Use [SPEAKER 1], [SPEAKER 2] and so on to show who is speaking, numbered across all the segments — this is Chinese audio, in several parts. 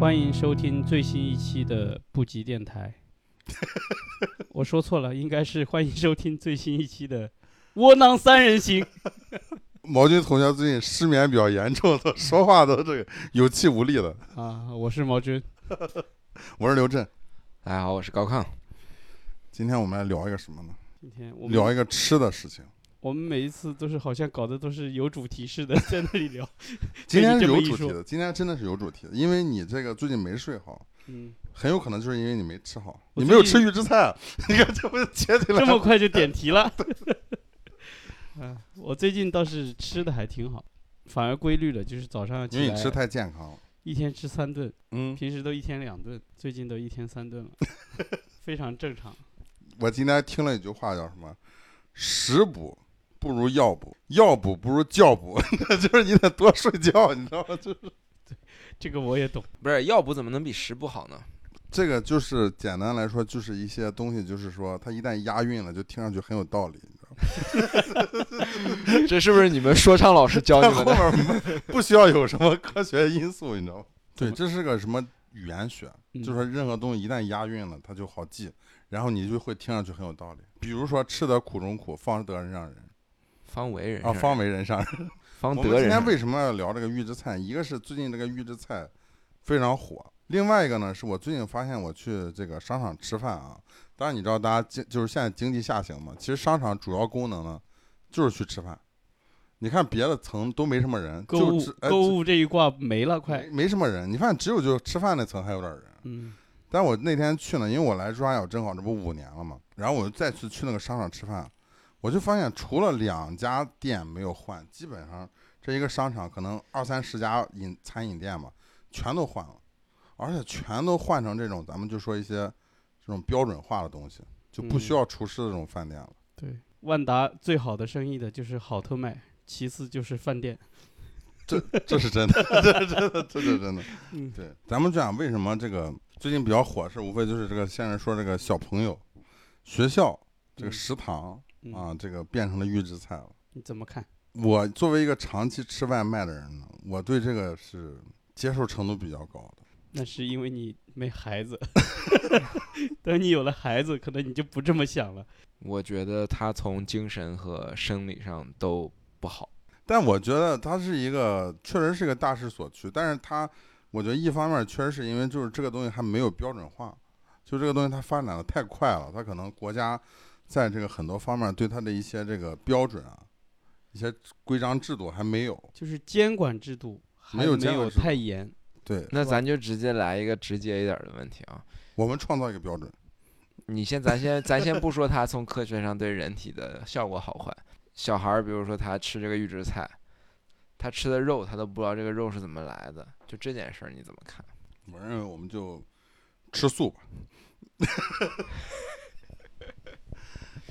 [SPEAKER 1] 欢迎收听最新一期的布吉电 台。我说错了，应该是欢迎收听最新一期的《窝囊三人行》。
[SPEAKER 2] 毛军同学最近失眠比较严重， 他说话都这个有气无力的。
[SPEAKER 1] 啊，我是毛军。
[SPEAKER 2] 我是刘震，
[SPEAKER 3] 大家好，我是高亢。
[SPEAKER 2] 今天我们来聊一个什么呢？
[SPEAKER 1] 今天我
[SPEAKER 2] 聊
[SPEAKER 1] 们
[SPEAKER 2] 一个吃的事情。
[SPEAKER 1] 我们每一次都是好像搞得都是有主题似 的，在那里聊。
[SPEAKER 2] 今天是
[SPEAKER 1] 这么
[SPEAKER 2] 有
[SPEAKER 1] 一
[SPEAKER 2] 主题
[SPEAKER 1] 说
[SPEAKER 2] 的，今天真的是有主题的，因为你这个最近没睡好，
[SPEAKER 1] 嗯，
[SPEAKER 2] 很有可能就是因为你没吃好，
[SPEAKER 1] 我
[SPEAKER 2] 你没有
[SPEAKER 1] 最
[SPEAKER 2] 吃
[SPEAKER 1] 近
[SPEAKER 2] 预制菜，啊 你看这不是切起来
[SPEAKER 1] 这么快就点题 了。啊，我最近倒是吃的还挺好，反而规律了，就是早上
[SPEAKER 2] 因
[SPEAKER 1] 起
[SPEAKER 2] 为
[SPEAKER 1] 来
[SPEAKER 2] 你吃太健康了。
[SPEAKER 1] 一天吃三顿，
[SPEAKER 2] 嗯，
[SPEAKER 1] 平时都一天两顿，最近都一天三 顿了，非常正常。
[SPEAKER 2] 我今天听了一句话叫什么？食补不如药补，药补不如觉补， 就是你得多睡觉，你知道吗？就是
[SPEAKER 1] 这个我也懂。
[SPEAKER 3] 不是药补怎么能比食补好呢？
[SPEAKER 2] 这个就是简单来说，就是一些东西，就是说它一旦押韵了，就听上去很有道理，你知道吗？
[SPEAKER 3] 这是不是你们说唱老师教
[SPEAKER 2] 但
[SPEAKER 3] 你们
[SPEAKER 2] 后
[SPEAKER 3] 的？
[SPEAKER 2] 面不需要有什么科学因素，你知道吗？对，这是个什么语言学？
[SPEAKER 1] 嗯
[SPEAKER 2] 就是说任何东西一旦押韵了，它就好记，然后你就会听上去很有道理。比如说“吃得苦中苦，方得人上人
[SPEAKER 3] 哦方为”，人
[SPEAKER 2] 啊，
[SPEAKER 3] 上
[SPEAKER 2] 方为人上人。
[SPEAKER 3] 方
[SPEAKER 2] 我
[SPEAKER 3] 得
[SPEAKER 2] 们今
[SPEAKER 3] 人
[SPEAKER 2] 天
[SPEAKER 3] 上
[SPEAKER 2] 为什么要聊这个预制菜？一个是最近这个预制菜非常火，另外一个呢是我最近发现我去这个商场吃饭啊，当然你知道大家经就是现在经济下行嘛，其实商场主要功能呢就是去吃饭。你看别的层都没什么人，
[SPEAKER 1] 购
[SPEAKER 2] 就
[SPEAKER 1] 物
[SPEAKER 2] 只哎
[SPEAKER 1] 购物这一挂没了，快
[SPEAKER 2] 没，没什么人，你发现只有就吃饭那层还有点人。
[SPEAKER 1] 嗯，
[SPEAKER 2] 但我那天去呢，因为我来珠海有正好这不五年了嘛，然后我就再次去那个商场吃饭，我就发现除了两家店没有换，基本上这一个商场可能二三十家饮餐饮店嘛，全都换了，而且全都换成这种咱们就说一些这种标准化的东西，就不需
[SPEAKER 1] 嗯
[SPEAKER 2] 要厨师的这种饭店了。
[SPEAKER 1] 对，万达最好的生意的就是好特卖，其次就是饭店。
[SPEAKER 2] 这是真的，这是真的，这是 真的。
[SPEAKER 1] 嗯
[SPEAKER 2] 对，咱们讲为什么这个最近比较火是，无非就是这个现在说这个小朋友、学校、这个
[SPEAKER 1] 嗯
[SPEAKER 2] 食堂、
[SPEAKER 1] 嗯、
[SPEAKER 2] 啊，这个变成了预制菜了。
[SPEAKER 1] 你怎么看？
[SPEAKER 2] 我作为一个长期吃外卖的人呢，我对这个是接受程度比较高的。
[SPEAKER 1] 那是因为你没孩子， 等你有了孩子，可能你就不这么想了。
[SPEAKER 3] 我觉得他从精神和生理上都不好。
[SPEAKER 2] 但我觉得它是一个，确实是个大势所趋。但是它，我觉得一方面确实是因为就是这个东西还没有标准化，就这个东西它发展的太快了，它可能国家在这个很多方面对它的一些这个标准啊、一些规章制度还没有。
[SPEAKER 1] 就是监管制度还
[SPEAKER 2] 没有监管制度
[SPEAKER 1] 太严，
[SPEAKER 2] 对
[SPEAKER 3] 那咱就直接来一个直接一点的问题啊！
[SPEAKER 2] 我们创造一个标准，
[SPEAKER 3] 你先，咱先， 咱先不说它从科学上对人体的效果好坏，小孩儿，比如说他吃这个预制菜，他吃的肉，他都不知道这个肉是怎么来的，就这件事儿你怎么看？
[SPEAKER 2] 我认为我们就吃素吧。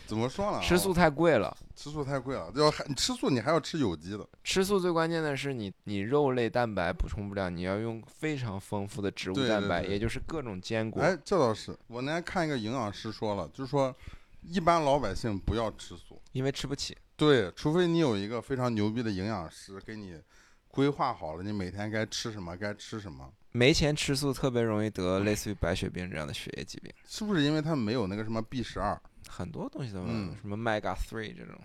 [SPEAKER 2] 怎么说呢？啊
[SPEAKER 3] 吃素太贵了。
[SPEAKER 2] 吃素太贵了，要还你吃素你还要吃有机的，
[SPEAKER 3] 吃素最关键的是你，你肉类蛋白补充不了，你要用非常丰富的植物
[SPEAKER 2] 对
[SPEAKER 3] 蛋
[SPEAKER 2] 对
[SPEAKER 3] 白，
[SPEAKER 2] 对
[SPEAKER 3] 也就是各种坚果。
[SPEAKER 2] 哎，这倒是。我那天看一个营养师说了，就是说一般老百姓不要吃素，
[SPEAKER 3] 因为吃不起。
[SPEAKER 2] 对，除非你有一个非常牛逼的营养师给你规划好了，你每天该吃什么，该吃什么，
[SPEAKER 3] 没钱吃素特别容易得类似于白血病这样的血液疾病，
[SPEAKER 2] 是不是因为他没有那个什么 B 十二？
[SPEAKER 3] 很多东西都有，
[SPEAKER 2] 嗯
[SPEAKER 3] 什么 omega three 这种，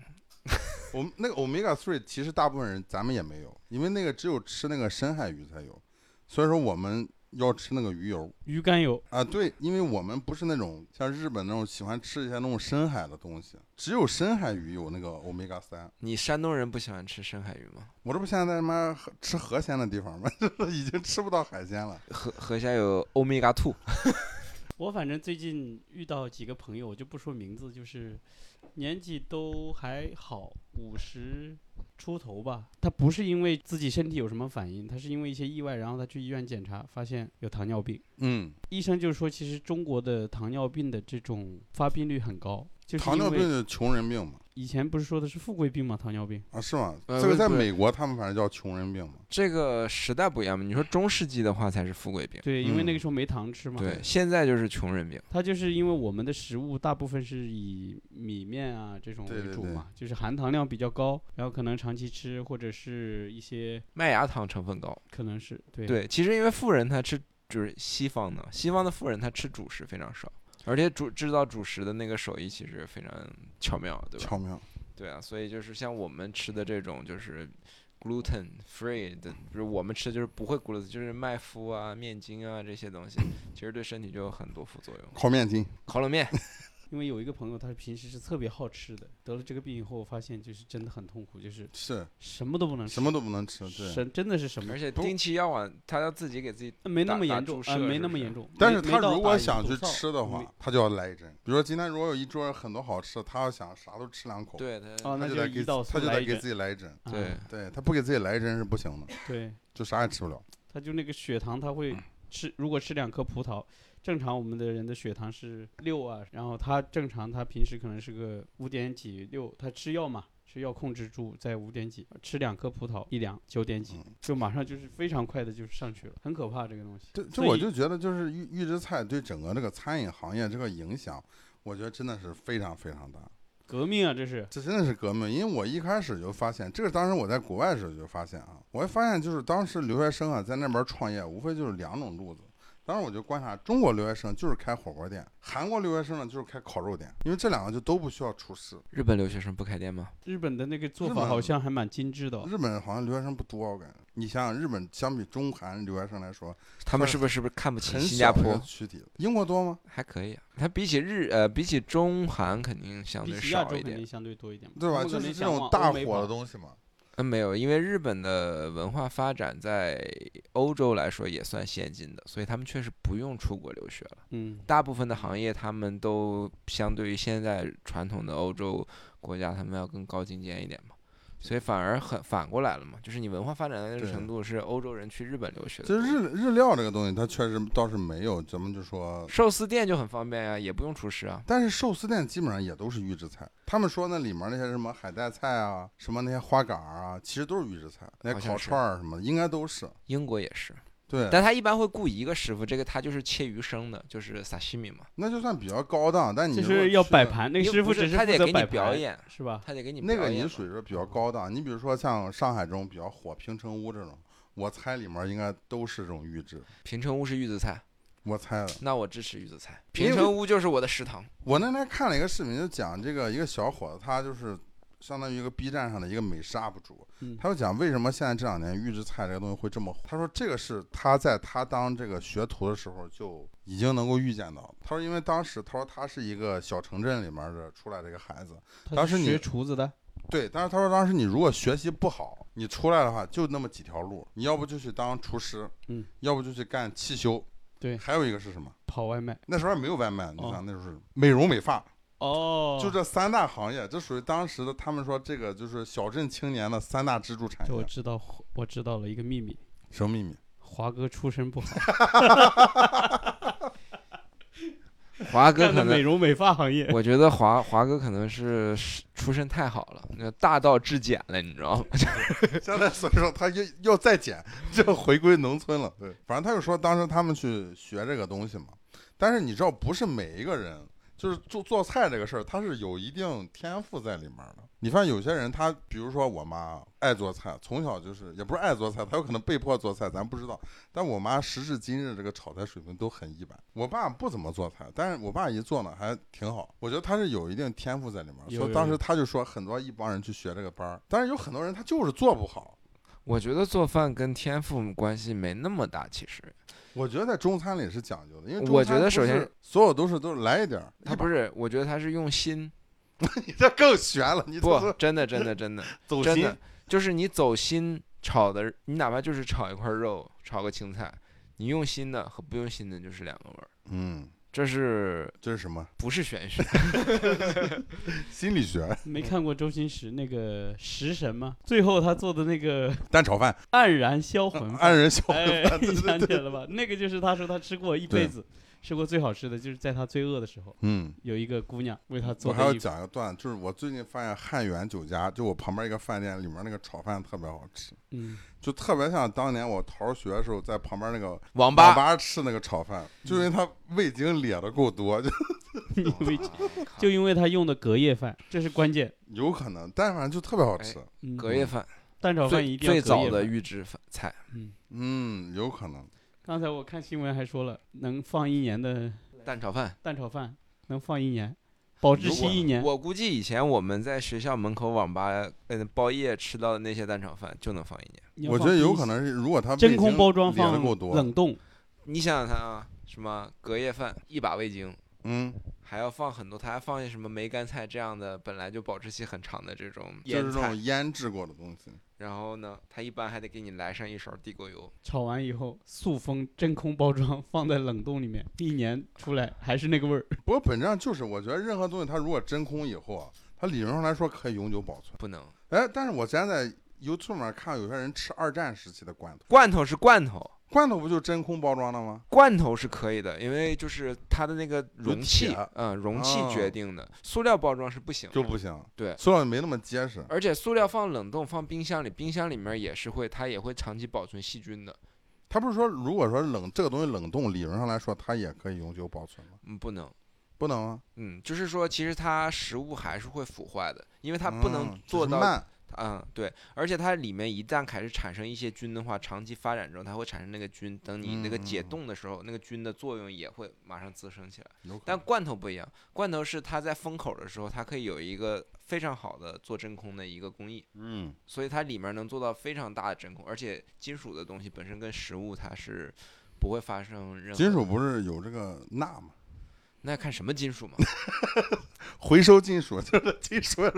[SPEAKER 2] 我们那个 omega three 其实大部分人咱们也没有，因为那个只有吃那个深海鱼才有，所以说我们要吃那个鱼油。
[SPEAKER 1] 鱼肝油。
[SPEAKER 2] 啊，对，因为我们不是那种像日本那种喜欢吃一些那种深海的东西，只有深海鱼有那个欧米伽三。
[SPEAKER 3] 你山东人不喜欢吃深海鱼吗？
[SPEAKER 2] 我这不现在在他妈河吃河鲜的地方吗？ 就是已经吃不到海鲜了。
[SPEAKER 3] 河河虾有 omega two，
[SPEAKER 1] 我反正最近遇到几个朋友，我就不说名字，就是年纪都还好，五十出头吧。他不是因为自己身体有什么反应，他是因为一些意外，然后他去医院检查，发现有糖尿病。
[SPEAKER 2] 嗯，
[SPEAKER 1] 医生就说，其实中国的糖尿病的这种发病率很高，就是
[SPEAKER 2] 糖尿
[SPEAKER 1] 因
[SPEAKER 2] 病
[SPEAKER 1] 为
[SPEAKER 2] 是穷人病嘛？
[SPEAKER 1] 以前不是说的是富贵病吗？糖尿病。
[SPEAKER 2] 啊，是吗？
[SPEAKER 3] 呃
[SPEAKER 2] 这个
[SPEAKER 3] 不
[SPEAKER 2] 在
[SPEAKER 3] 是
[SPEAKER 2] 美国他们反正叫穷人病嘛。
[SPEAKER 3] 这个时代不一样嘛。你说中世纪的话才是富贵病，
[SPEAKER 1] 对，因为那个
[SPEAKER 2] 嗯
[SPEAKER 1] 时候没糖吃嘛。
[SPEAKER 3] 对，现在就是穷人病。
[SPEAKER 1] 它就是因为我们的食物大部分是以米面啊这种
[SPEAKER 2] 对
[SPEAKER 1] 为
[SPEAKER 2] 对
[SPEAKER 1] 主
[SPEAKER 2] 对
[SPEAKER 1] 嘛，就是含糖量比较高，然后可能长期吃或者是一些
[SPEAKER 3] 麦芽糖成分高，
[SPEAKER 1] 可能是对
[SPEAKER 3] 对，其实因为富人他吃就是西方的，西方的富人他吃主食非常少，而且主制造主食的那个手艺其实非常巧妙，对吧？
[SPEAKER 2] 巧妙，
[SPEAKER 3] 对啊，所以就是像我们吃的这种就是 gluten free 的，就是我们吃的就是不会 gluten，就是麦麸啊、面筋啊这些东西，其实对身体就有很多副作用。
[SPEAKER 2] 烤面筋，
[SPEAKER 3] 烤冷面
[SPEAKER 1] 因为有一个朋友，他平时是特别好吃的，得了这个病以后，我发现就是真的很痛苦，就是
[SPEAKER 2] 是
[SPEAKER 1] 什么都不能吃，
[SPEAKER 2] 什么都不能吃，对。
[SPEAKER 1] 什真的是什么
[SPEAKER 3] 而且
[SPEAKER 2] 不
[SPEAKER 3] 定期要往他要自己给自己
[SPEAKER 1] 没那
[SPEAKER 3] 打
[SPEAKER 1] 么
[SPEAKER 3] 打
[SPEAKER 1] 严
[SPEAKER 3] 注
[SPEAKER 1] 重
[SPEAKER 3] 射
[SPEAKER 1] 啊，没
[SPEAKER 3] 是
[SPEAKER 1] 那
[SPEAKER 3] 不
[SPEAKER 1] 么
[SPEAKER 3] 是
[SPEAKER 1] 严重。
[SPEAKER 2] 但
[SPEAKER 1] 没
[SPEAKER 2] 是
[SPEAKER 1] 没
[SPEAKER 2] 他
[SPEAKER 1] 到
[SPEAKER 2] 如
[SPEAKER 1] 打
[SPEAKER 2] 果
[SPEAKER 1] 胰
[SPEAKER 2] 想
[SPEAKER 1] 岛
[SPEAKER 2] 去
[SPEAKER 1] 素
[SPEAKER 2] 吃的话
[SPEAKER 1] 没，
[SPEAKER 2] 他就要来一针。比如说今天如果有一桌人很多好吃的，他要想啥都吃两口，
[SPEAKER 3] 对他
[SPEAKER 1] 哦，
[SPEAKER 2] 他
[SPEAKER 1] 那
[SPEAKER 2] 就
[SPEAKER 1] 就
[SPEAKER 2] 得
[SPEAKER 1] 胰
[SPEAKER 2] 给
[SPEAKER 1] 岛
[SPEAKER 2] 他
[SPEAKER 1] 素
[SPEAKER 2] 就
[SPEAKER 1] 来
[SPEAKER 2] 得
[SPEAKER 1] 一
[SPEAKER 2] 给
[SPEAKER 1] 针
[SPEAKER 2] 自己来一针。
[SPEAKER 1] 啊
[SPEAKER 3] 对
[SPEAKER 2] 对他不给自己来一针是不行的，
[SPEAKER 1] 对，
[SPEAKER 2] 就啥也吃不了。
[SPEAKER 1] 他就那个血糖，他
[SPEAKER 2] 嗯
[SPEAKER 1] 会吃，如果吃两颗葡萄，正常我们的人的血糖是六啊，然后他正常他平时可能是个五点几六，他吃药嘛，吃药控制住在五点几，吃两颗葡萄一两九点
[SPEAKER 2] 嗯
[SPEAKER 1] 几，就马上就是非常快的就上去了，很可怕这个东西。
[SPEAKER 2] 这这
[SPEAKER 1] 所
[SPEAKER 2] 我
[SPEAKER 1] 以
[SPEAKER 2] 就觉得就是预预制菜对整个这个餐饮行业这个影响，我觉得真的是非常非常大。
[SPEAKER 1] 革命啊，这是
[SPEAKER 2] 这真的是革命，因为我一开始就发现，这个当时我在国外的时候就发现啊，我还发现就是当时留学生啊在那边创业，无非就是两种路子。当时我就观察中国留学生就是开火锅店，韩国留学生呢就是开烤肉店，因为这两个就都不需要厨师。
[SPEAKER 3] 日本留学生不开店吗？
[SPEAKER 1] 日本的那个做
[SPEAKER 2] 日
[SPEAKER 1] 法
[SPEAKER 2] 本
[SPEAKER 1] 好像还蛮精致的哦、
[SPEAKER 2] 日本好像留学生不多，我感觉。你想想，日本相比中韩留学生来说，
[SPEAKER 3] 他们
[SPEAKER 2] 很
[SPEAKER 3] 是不是是不是看不起
[SPEAKER 2] 很
[SPEAKER 3] 新加
[SPEAKER 2] 小的一
[SPEAKER 3] 坡
[SPEAKER 2] 个？群体。英国多吗？
[SPEAKER 3] 还可以、啊，它比起日呃，比起中韩肯定相
[SPEAKER 1] 比
[SPEAKER 3] 对
[SPEAKER 1] 起亚
[SPEAKER 3] 少
[SPEAKER 1] 洲
[SPEAKER 3] 一
[SPEAKER 1] 肯
[SPEAKER 3] 点
[SPEAKER 1] 定。相对多一点嘛，
[SPEAKER 2] 对吧？
[SPEAKER 1] 他
[SPEAKER 2] 啊
[SPEAKER 1] 们可
[SPEAKER 2] 就
[SPEAKER 1] 能
[SPEAKER 2] 是这
[SPEAKER 1] 想
[SPEAKER 2] 种
[SPEAKER 1] 往
[SPEAKER 2] 大
[SPEAKER 1] 欧美
[SPEAKER 2] 火
[SPEAKER 1] 跑
[SPEAKER 2] 的东西嘛。
[SPEAKER 3] 嗯，没有，因为日本的文化发展在欧洲来说也算先进的，所以他们确实不用出国留学了。
[SPEAKER 1] 嗯，
[SPEAKER 3] 大部分的行业他们都相对于现在传统的欧洲国家，他们要更高精尖一点嘛，所以反而很反过来了嘛，就是你文化发展到那个
[SPEAKER 2] 对
[SPEAKER 3] 程度，是欧洲人去日本留学的
[SPEAKER 2] 就
[SPEAKER 3] 多。
[SPEAKER 2] 日日料这个东西，它确实倒是没有，咱们就说
[SPEAKER 3] 寿司店就很方便呀、也不用厨师啊。
[SPEAKER 2] 但是寿司店基本上也都是预制菜，他们说那里面那些什么海带菜啊，什么那些花杆儿啊，其实都是预制菜，那
[SPEAKER 3] 好
[SPEAKER 2] 些
[SPEAKER 3] 像
[SPEAKER 2] 烤
[SPEAKER 3] 是
[SPEAKER 2] 串儿什么的应该都是。
[SPEAKER 3] 英国也是，
[SPEAKER 2] 对，
[SPEAKER 3] 但他一般会雇一个师傅，这个他就是切鱼生的，就是 sashimi 嘛。
[SPEAKER 2] 那就算比较高档，但你
[SPEAKER 1] 就
[SPEAKER 2] 如果
[SPEAKER 1] 是要
[SPEAKER 2] 去
[SPEAKER 1] 摆
[SPEAKER 2] 的，
[SPEAKER 1] 盘，那
[SPEAKER 3] 因
[SPEAKER 1] 个
[SPEAKER 3] 为
[SPEAKER 1] 师
[SPEAKER 3] 不
[SPEAKER 1] 傅
[SPEAKER 3] 是
[SPEAKER 1] 只
[SPEAKER 3] 他
[SPEAKER 1] 负
[SPEAKER 3] 得
[SPEAKER 1] 责
[SPEAKER 3] 给你
[SPEAKER 1] 摆
[SPEAKER 3] 表
[SPEAKER 1] 盘
[SPEAKER 3] 演，
[SPEAKER 1] 是吧？
[SPEAKER 3] 他得给你
[SPEAKER 2] 那个
[SPEAKER 3] 表演
[SPEAKER 2] 也
[SPEAKER 3] 嘛
[SPEAKER 2] 属于是比较高档。你比如说像上海这种比较火平城屋这种，我猜里面应该都是这种预制，
[SPEAKER 3] 平成屋是玉子菜，
[SPEAKER 2] 我猜的。
[SPEAKER 3] 那我支持玉子菜。
[SPEAKER 2] 因为
[SPEAKER 3] 平成屋就是我的食堂，
[SPEAKER 2] 我那天看了一个视频，就讲这个一个小伙子，他就是相当于一个 B 站上的一个美食 UP 主，
[SPEAKER 1] 嗯
[SPEAKER 2] 他就讲为什么现在这两年预制菜这个东西会这么火。他说这个是他在他当这个学徒的时候就已经能够预见到的。他说因为当时他说他是一个小城镇里面的出来的一个孩子，
[SPEAKER 1] 他
[SPEAKER 2] 当
[SPEAKER 1] 是
[SPEAKER 2] 时你
[SPEAKER 1] 学厨子的，
[SPEAKER 2] 对，但是他说当时你如果学习不好，你出来的话就那么几条路，你要不就去当厨师，
[SPEAKER 1] 嗯，
[SPEAKER 2] 要不就去干汽修，
[SPEAKER 1] 对
[SPEAKER 2] 还有一个是什么？
[SPEAKER 1] 跑外卖。
[SPEAKER 2] 那时候还没有外卖，你
[SPEAKER 1] 哦
[SPEAKER 2] 想那时候是美容美发。
[SPEAKER 1] 哦，
[SPEAKER 2] 就这三大行业，这属于当时的他们说这个就是小镇青年的三大支柱产
[SPEAKER 1] 这我
[SPEAKER 2] 业。
[SPEAKER 1] 知道，我知道了一个秘密，
[SPEAKER 2] 什么秘密？
[SPEAKER 1] 华哥出身不好，
[SPEAKER 3] 华哥
[SPEAKER 1] 干
[SPEAKER 3] 可
[SPEAKER 1] 的美
[SPEAKER 3] 能。
[SPEAKER 1] 容美发行业。
[SPEAKER 3] 我觉得华华哥可能是是出身太好了，那大道至简了，你知道吗？
[SPEAKER 2] 现在所以说他要要再减，就回归农村了。对，反正他就说当时他们去学这个东西嘛，但是你知道不是每一个人。就是做做菜这个事儿，他是有一定天赋在里面的。你发现有些人他，比如说我妈爱做菜，从小就是也不是爱做菜，她有可能被迫做菜，咱不知道。但我妈时至今日这个炒菜水平都很一般。我爸不怎么做菜，但是我爸一做呢还挺好。我觉得他是有一定天赋在里面，
[SPEAKER 1] 有
[SPEAKER 2] 所
[SPEAKER 1] 有
[SPEAKER 2] 以当
[SPEAKER 1] 有
[SPEAKER 2] 时他就说很多一帮人去学这个班儿，但是有很多人他就是做不好。
[SPEAKER 3] 我觉得做饭跟天赋关系没那么大，其实
[SPEAKER 2] 我觉得在中餐里是讲究的，因为
[SPEAKER 3] 我
[SPEAKER 2] 中餐
[SPEAKER 3] 觉得
[SPEAKER 2] 不
[SPEAKER 3] 首先
[SPEAKER 2] 是所有都是都是来一点儿，
[SPEAKER 3] 他不是，我觉得他是用心，
[SPEAKER 2] 你这更悬了，你这
[SPEAKER 3] 不，
[SPEAKER 2] 是
[SPEAKER 3] 真的真的真的，
[SPEAKER 2] 走
[SPEAKER 3] 真
[SPEAKER 2] 心
[SPEAKER 3] 的就是你走心炒的，你哪怕就是炒一块肉，炒个青菜，你用心的和不用心的就是两个味儿，
[SPEAKER 2] 嗯，
[SPEAKER 3] 这是
[SPEAKER 2] 这是什么
[SPEAKER 3] 不是玄学？
[SPEAKER 2] 心理学？
[SPEAKER 1] 没看过周星驰那个《食神》吗？最后他做的那个
[SPEAKER 2] 蛋炒饭，
[SPEAKER 1] 黯然销 魂饭，
[SPEAKER 2] 黯然销魂
[SPEAKER 1] 哎
[SPEAKER 2] 饭，，对
[SPEAKER 1] 你
[SPEAKER 2] 对
[SPEAKER 1] 想起
[SPEAKER 2] 对，
[SPEAKER 1] 来了吧？那个就是他说他吃过一辈子，吃过最好吃的，就是在他最饿的时候，
[SPEAKER 2] 嗯。
[SPEAKER 1] 有一个姑娘为他
[SPEAKER 2] 我
[SPEAKER 1] 做
[SPEAKER 2] 还要
[SPEAKER 1] 的一
[SPEAKER 2] 讲一个段，就是我最近发现汉源酒家，就我旁边一个饭店里面那个炒饭特别好吃，
[SPEAKER 1] 嗯，
[SPEAKER 2] 就特别像当年我逃学的时候在旁边那个
[SPEAKER 3] 网
[SPEAKER 2] 网
[SPEAKER 3] 吧，
[SPEAKER 2] 吧吃那个炒饭，就因为它味精咧的够多，就
[SPEAKER 1] 因 为
[SPEAKER 3] 靠
[SPEAKER 1] 就因为他用的隔夜饭，这是关键。
[SPEAKER 2] 有可能，但反正就特别好吃。
[SPEAKER 1] 嗯
[SPEAKER 3] 隔夜饭，
[SPEAKER 1] 蛋炒饭
[SPEAKER 3] 最
[SPEAKER 1] 一定要
[SPEAKER 3] 最
[SPEAKER 1] 隔
[SPEAKER 3] 早
[SPEAKER 1] 夜
[SPEAKER 3] 的
[SPEAKER 1] 饭。
[SPEAKER 3] 预制饭菜，
[SPEAKER 1] 嗯，
[SPEAKER 2] 嗯，有可能。
[SPEAKER 1] 刚才我看新闻还说了，能放一年的
[SPEAKER 3] 蛋炒饭。
[SPEAKER 1] 蛋炒饭，能放一年，保质
[SPEAKER 3] 如
[SPEAKER 1] 期
[SPEAKER 3] 果
[SPEAKER 1] 一年。
[SPEAKER 3] 我估计以前我们在学校门口网吧，嗯，包夜吃到的那些蛋炒饭就能放一年。
[SPEAKER 1] 你要
[SPEAKER 2] 我觉
[SPEAKER 1] 放
[SPEAKER 2] 得有
[SPEAKER 1] 冰
[SPEAKER 2] 可
[SPEAKER 1] 箱
[SPEAKER 2] 能是，如果它
[SPEAKER 1] 真
[SPEAKER 2] 味
[SPEAKER 1] 空
[SPEAKER 2] 精
[SPEAKER 1] 包装
[SPEAKER 2] 连的
[SPEAKER 1] 放
[SPEAKER 2] 够多，
[SPEAKER 1] 冷冻，
[SPEAKER 3] 你想想看啊，什么隔夜饭一把味精，
[SPEAKER 2] 嗯，
[SPEAKER 3] 还要放很多，它还放些什么梅干菜这样的本来就保质期很长的这种
[SPEAKER 2] 就是
[SPEAKER 3] 腌
[SPEAKER 2] 这种
[SPEAKER 3] 菜，
[SPEAKER 2] 腌制过的东西。
[SPEAKER 3] 然后呢，它一般还得给你来上一勺地沟油。
[SPEAKER 1] 炒完以后塑封，真空包装，放在冷冻里面，一年出来还是那个味儿。
[SPEAKER 2] 不过本质上就是，我觉得任何东西它如果真空以后啊，它理论上来说可以永久保存。
[SPEAKER 3] 不能，
[SPEAKER 2] 哎，但是我之前在 YouTube 上看有些人吃二战时期的罐头，
[SPEAKER 3] 罐头是罐头，
[SPEAKER 2] 罐头不就真空包装的吗？
[SPEAKER 3] 罐头是可以的，因为就是它的那个容器
[SPEAKER 2] 铁，
[SPEAKER 3] 嗯，容器
[SPEAKER 2] 哦
[SPEAKER 3] 决定的，塑料包装是不行的，
[SPEAKER 2] 就不行，
[SPEAKER 3] 对
[SPEAKER 2] 塑料没那么结实。
[SPEAKER 3] 而且塑料放冷冻放冰箱里，冰箱里面也是会，它也会长期保存细菌的。
[SPEAKER 2] 他不是说，如果说冷这个东西冷冻，理论上来说它也可以永久保存吗？
[SPEAKER 3] 嗯，不能。
[SPEAKER 2] 不能啊吗？
[SPEAKER 3] 嗯，就是说，其实它食物还是会腐坏的，因为它不能
[SPEAKER 2] 嗯
[SPEAKER 3] 做
[SPEAKER 2] 只是
[SPEAKER 3] 到，
[SPEAKER 2] 慢，
[SPEAKER 3] 嗯，对，而且它里面一旦开始产生一些菌的话，长期发展之后，它会产生那个菌，等你那个解
[SPEAKER 2] 嗯嗯嗯
[SPEAKER 3] 冻的时候，那个菌的作用也会马上滋生起来。
[SPEAKER 2] 有可
[SPEAKER 3] 但
[SPEAKER 2] 能
[SPEAKER 3] 罐头不一样，罐头是它在封口的时候，它可以有一个非常好的做真空的一个工艺，
[SPEAKER 2] 嗯，
[SPEAKER 3] 所以它里面能做到非常大的真空，而且金属的东西本身跟食物它是不会发生任何
[SPEAKER 2] 金属，不是有这个钠吗？
[SPEAKER 3] 那看什么 金属嘛，
[SPEAKER 2] 回收金属就是金属是